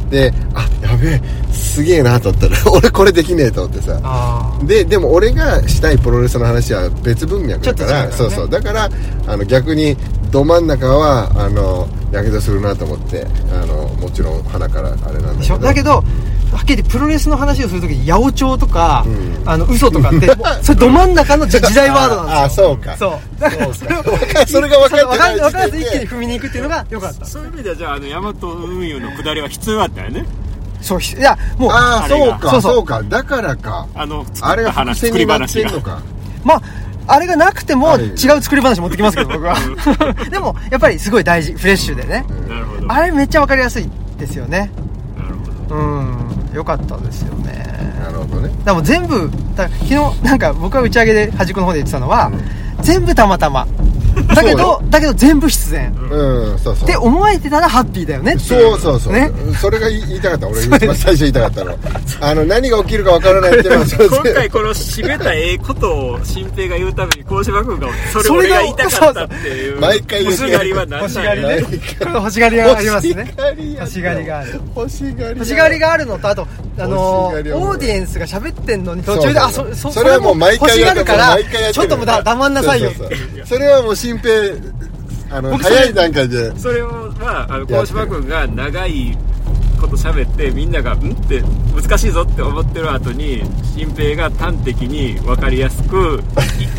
[SPEAKER 1] う
[SPEAKER 2] であやべえすげえなと思ったら 俺これできねえと思ってさ
[SPEAKER 1] ああ
[SPEAKER 2] ででも俺がしたいプロレスの話は別文脈だから、
[SPEAKER 1] ちょ
[SPEAKER 2] そ
[SPEAKER 1] っと違うからね
[SPEAKER 2] うそうだからあの逆にど真ん中はあのやけどするなと思ってあのもちろん鼻からあれなんだ
[SPEAKER 1] で
[SPEAKER 2] け
[SPEAKER 1] しょ
[SPEAKER 2] ど
[SPEAKER 1] だけどはっきり言ってプロレスの話をするとき八百長とか、
[SPEAKER 2] うん
[SPEAKER 1] あの嘘とか ってもうそれど真ん中の時時代ワードなんですよ
[SPEAKER 2] ああそうか
[SPEAKER 1] そうだからそれを
[SPEAKER 2] それが分かってない
[SPEAKER 1] 分かんず
[SPEAKER 2] 時点で
[SPEAKER 1] 一気に踏みに行くっていうのが良かった
[SPEAKER 3] そういう意味ではじゃああの大和運輸の下りは必要だったよね
[SPEAKER 1] そうひいやもう
[SPEAKER 2] ああ
[SPEAKER 3] あれ
[SPEAKER 2] そう
[SPEAKER 3] が
[SPEAKER 1] そ
[SPEAKER 2] かそうう
[SPEAKER 1] そう
[SPEAKER 2] かだからか
[SPEAKER 3] あの
[SPEAKER 2] あ
[SPEAKER 3] 作
[SPEAKER 2] れ
[SPEAKER 3] った
[SPEAKER 2] が
[SPEAKER 3] 話
[SPEAKER 2] 伏線に
[SPEAKER 3] 作り
[SPEAKER 2] なっ
[SPEAKER 3] 話
[SPEAKER 2] てん
[SPEAKER 3] が
[SPEAKER 2] のか
[SPEAKER 1] まああれがなくても
[SPEAKER 2] はい
[SPEAKER 1] 違う作り話持ってきますけど僕は でもやっぱりすごい大事フレッシュでね
[SPEAKER 3] なるほど
[SPEAKER 1] あれめっちゃ分かりやすいですよね
[SPEAKER 3] なるほど
[SPEAKER 1] うん良かったですよね
[SPEAKER 2] なるほどね
[SPEAKER 1] でもう全部だ昨日なんか僕は打ち上げで端っこの方で言ってたのは、全部たまたまだけど
[SPEAKER 2] そ
[SPEAKER 1] だけど全部必然
[SPEAKER 2] うんそうそう
[SPEAKER 1] って思えてたらハッピーだよねってい
[SPEAKER 2] そうそうそう、
[SPEAKER 1] ね
[SPEAKER 2] それが言いたかった俺一番最初言いたかったのあの何が起きるかわからないっていうのはそう
[SPEAKER 3] 今回この締めたええことを新平が言うために鴻島君がそれ
[SPEAKER 1] それ
[SPEAKER 3] 俺
[SPEAKER 1] が
[SPEAKER 3] が言いたかったっていう
[SPEAKER 2] 毎回言ってる
[SPEAKER 3] 欲しがりはなんなん
[SPEAKER 1] 欲しがりね
[SPEAKER 2] ない
[SPEAKER 1] これ 欲しがりがありますね
[SPEAKER 2] 欲
[SPEAKER 1] 欲しがりがある
[SPEAKER 2] 欲しがり
[SPEAKER 1] 欲しがりがあるのとあとあの
[SPEAKER 2] 欲しがりはもう
[SPEAKER 1] オーディエンスが喋ってんのに途中であ
[SPEAKER 2] そうそう
[SPEAKER 1] そ
[SPEAKER 2] それはもう毎回
[SPEAKER 1] 欲しがるから
[SPEAKER 2] 毎回や
[SPEAKER 1] ちょっともうだ黙んなさいよ
[SPEAKER 2] そうそうそうそれはもう新平あの
[SPEAKER 1] 僕それ
[SPEAKER 2] 早い段階で
[SPEAKER 3] それをまああの鴻島君が長いこと喋ってみんなが「ん?」って難しいぞって思ってる後に新平が端的に分かりやすく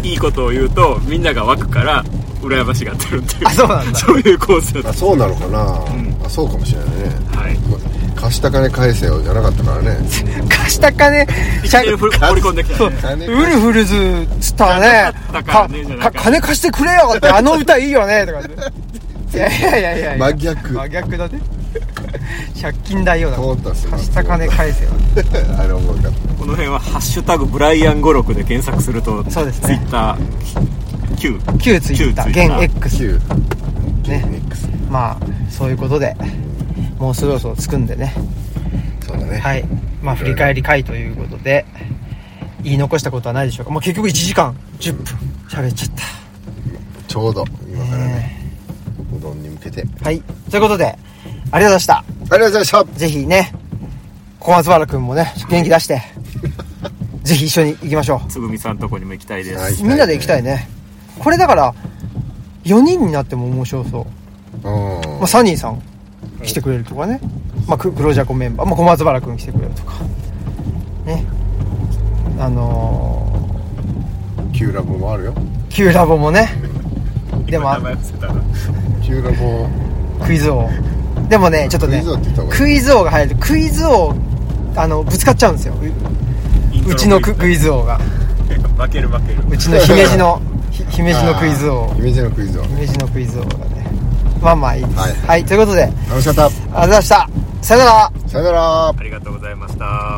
[SPEAKER 3] い いいことを言うとみんなが湧くから羨ましがってるっていう
[SPEAKER 1] あそうなんだ
[SPEAKER 3] そういう構成だ
[SPEAKER 2] あ
[SPEAKER 3] っ
[SPEAKER 2] そうなのかな、
[SPEAKER 3] ん
[SPEAKER 2] あそうかもしれないね
[SPEAKER 3] たはい
[SPEAKER 2] 貸した金返せよじゃなかったからね
[SPEAKER 1] 貸した金
[SPEAKER 3] いきなり掘り掘り込んで きた
[SPEAKER 1] そう
[SPEAKER 3] ね
[SPEAKER 2] 金
[SPEAKER 1] ウルフルズっつったらね
[SPEAKER 3] 金だからねじゃな
[SPEAKER 1] か
[SPEAKER 3] いから
[SPEAKER 1] 金貸してくれよってあの歌いいよねとかっ ていやいやいやいやいや
[SPEAKER 2] 真逆
[SPEAKER 1] 真逆だね借金代よだ
[SPEAKER 2] 通ったっすな
[SPEAKER 1] 貸した金返せよ
[SPEAKER 2] あれ思うかっ
[SPEAKER 3] この辺は「ハッシュタグブライアン語録」で検索すると
[SPEAKER 1] そうですね
[SPEAKER 3] ツイッター Q
[SPEAKER 1] 旧ツイッター
[SPEAKER 3] 旧ツイッター
[SPEAKER 1] 現
[SPEAKER 2] た
[SPEAKER 1] X
[SPEAKER 2] 9
[SPEAKER 1] ね
[SPEAKER 2] X
[SPEAKER 1] まあそういうことでもうそろそろつくんでね
[SPEAKER 2] そうだね
[SPEAKER 1] はいまあ振り返り会ということで言い残したことはないでしょうか、まあ、結局1時間10分喋っちゃった
[SPEAKER 2] ちょうど今からね、うどんに向けてあり
[SPEAKER 1] はいということでありがとうございました
[SPEAKER 2] がとうございました
[SPEAKER 1] ぜひね、小松原くんもね、元気出して、ぜひ一緒に行きましょ。
[SPEAKER 3] つぐみさんとこにも行きたいです、
[SPEAKER 2] はいう
[SPEAKER 1] みんなで行きたいね。これだから、4人になっても面白そう。
[SPEAKER 2] うん
[SPEAKER 1] まあ、サニーさん来てくれるとかね。まあ、く黒ジャコメンバー、まあ、小松原くん来てくれるとか。ね。あの
[SPEAKER 2] 旧ラボも あるよ
[SPEAKER 1] ー、Q ラボもね、でも
[SPEAKER 3] 名前伏せたら
[SPEAKER 2] 旧ラボ
[SPEAKER 1] クイズ王。でもね、ちょっとね
[SPEAKER 2] クイズ王って言った方、がい
[SPEAKER 1] クイズ王が入
[SPEAKER 2] い
[SPEAKER 1] ると、クイズ王、あの、ぶつかっちゃうんですよ。ううちのククイズ王が。
[SPEAKER 3] 負ける負ける
[SPEAKER 1] うちの姫路の、ひ姫路のクイズ王。
[SPEAKER 2] 姫路のクイズを
[SPEAKER 1] 姫路のクイズ王がねまあまあいいですは、
[SPEAKER 2] はいい
[SPEAKER 1] ということでありがと
[SPEAKER 2] 楽しかっ
[SPEAKER 1] うございましたさよなら
[SPEAKER 2] たさよなら
[SPEAKER 3] ありがとうございました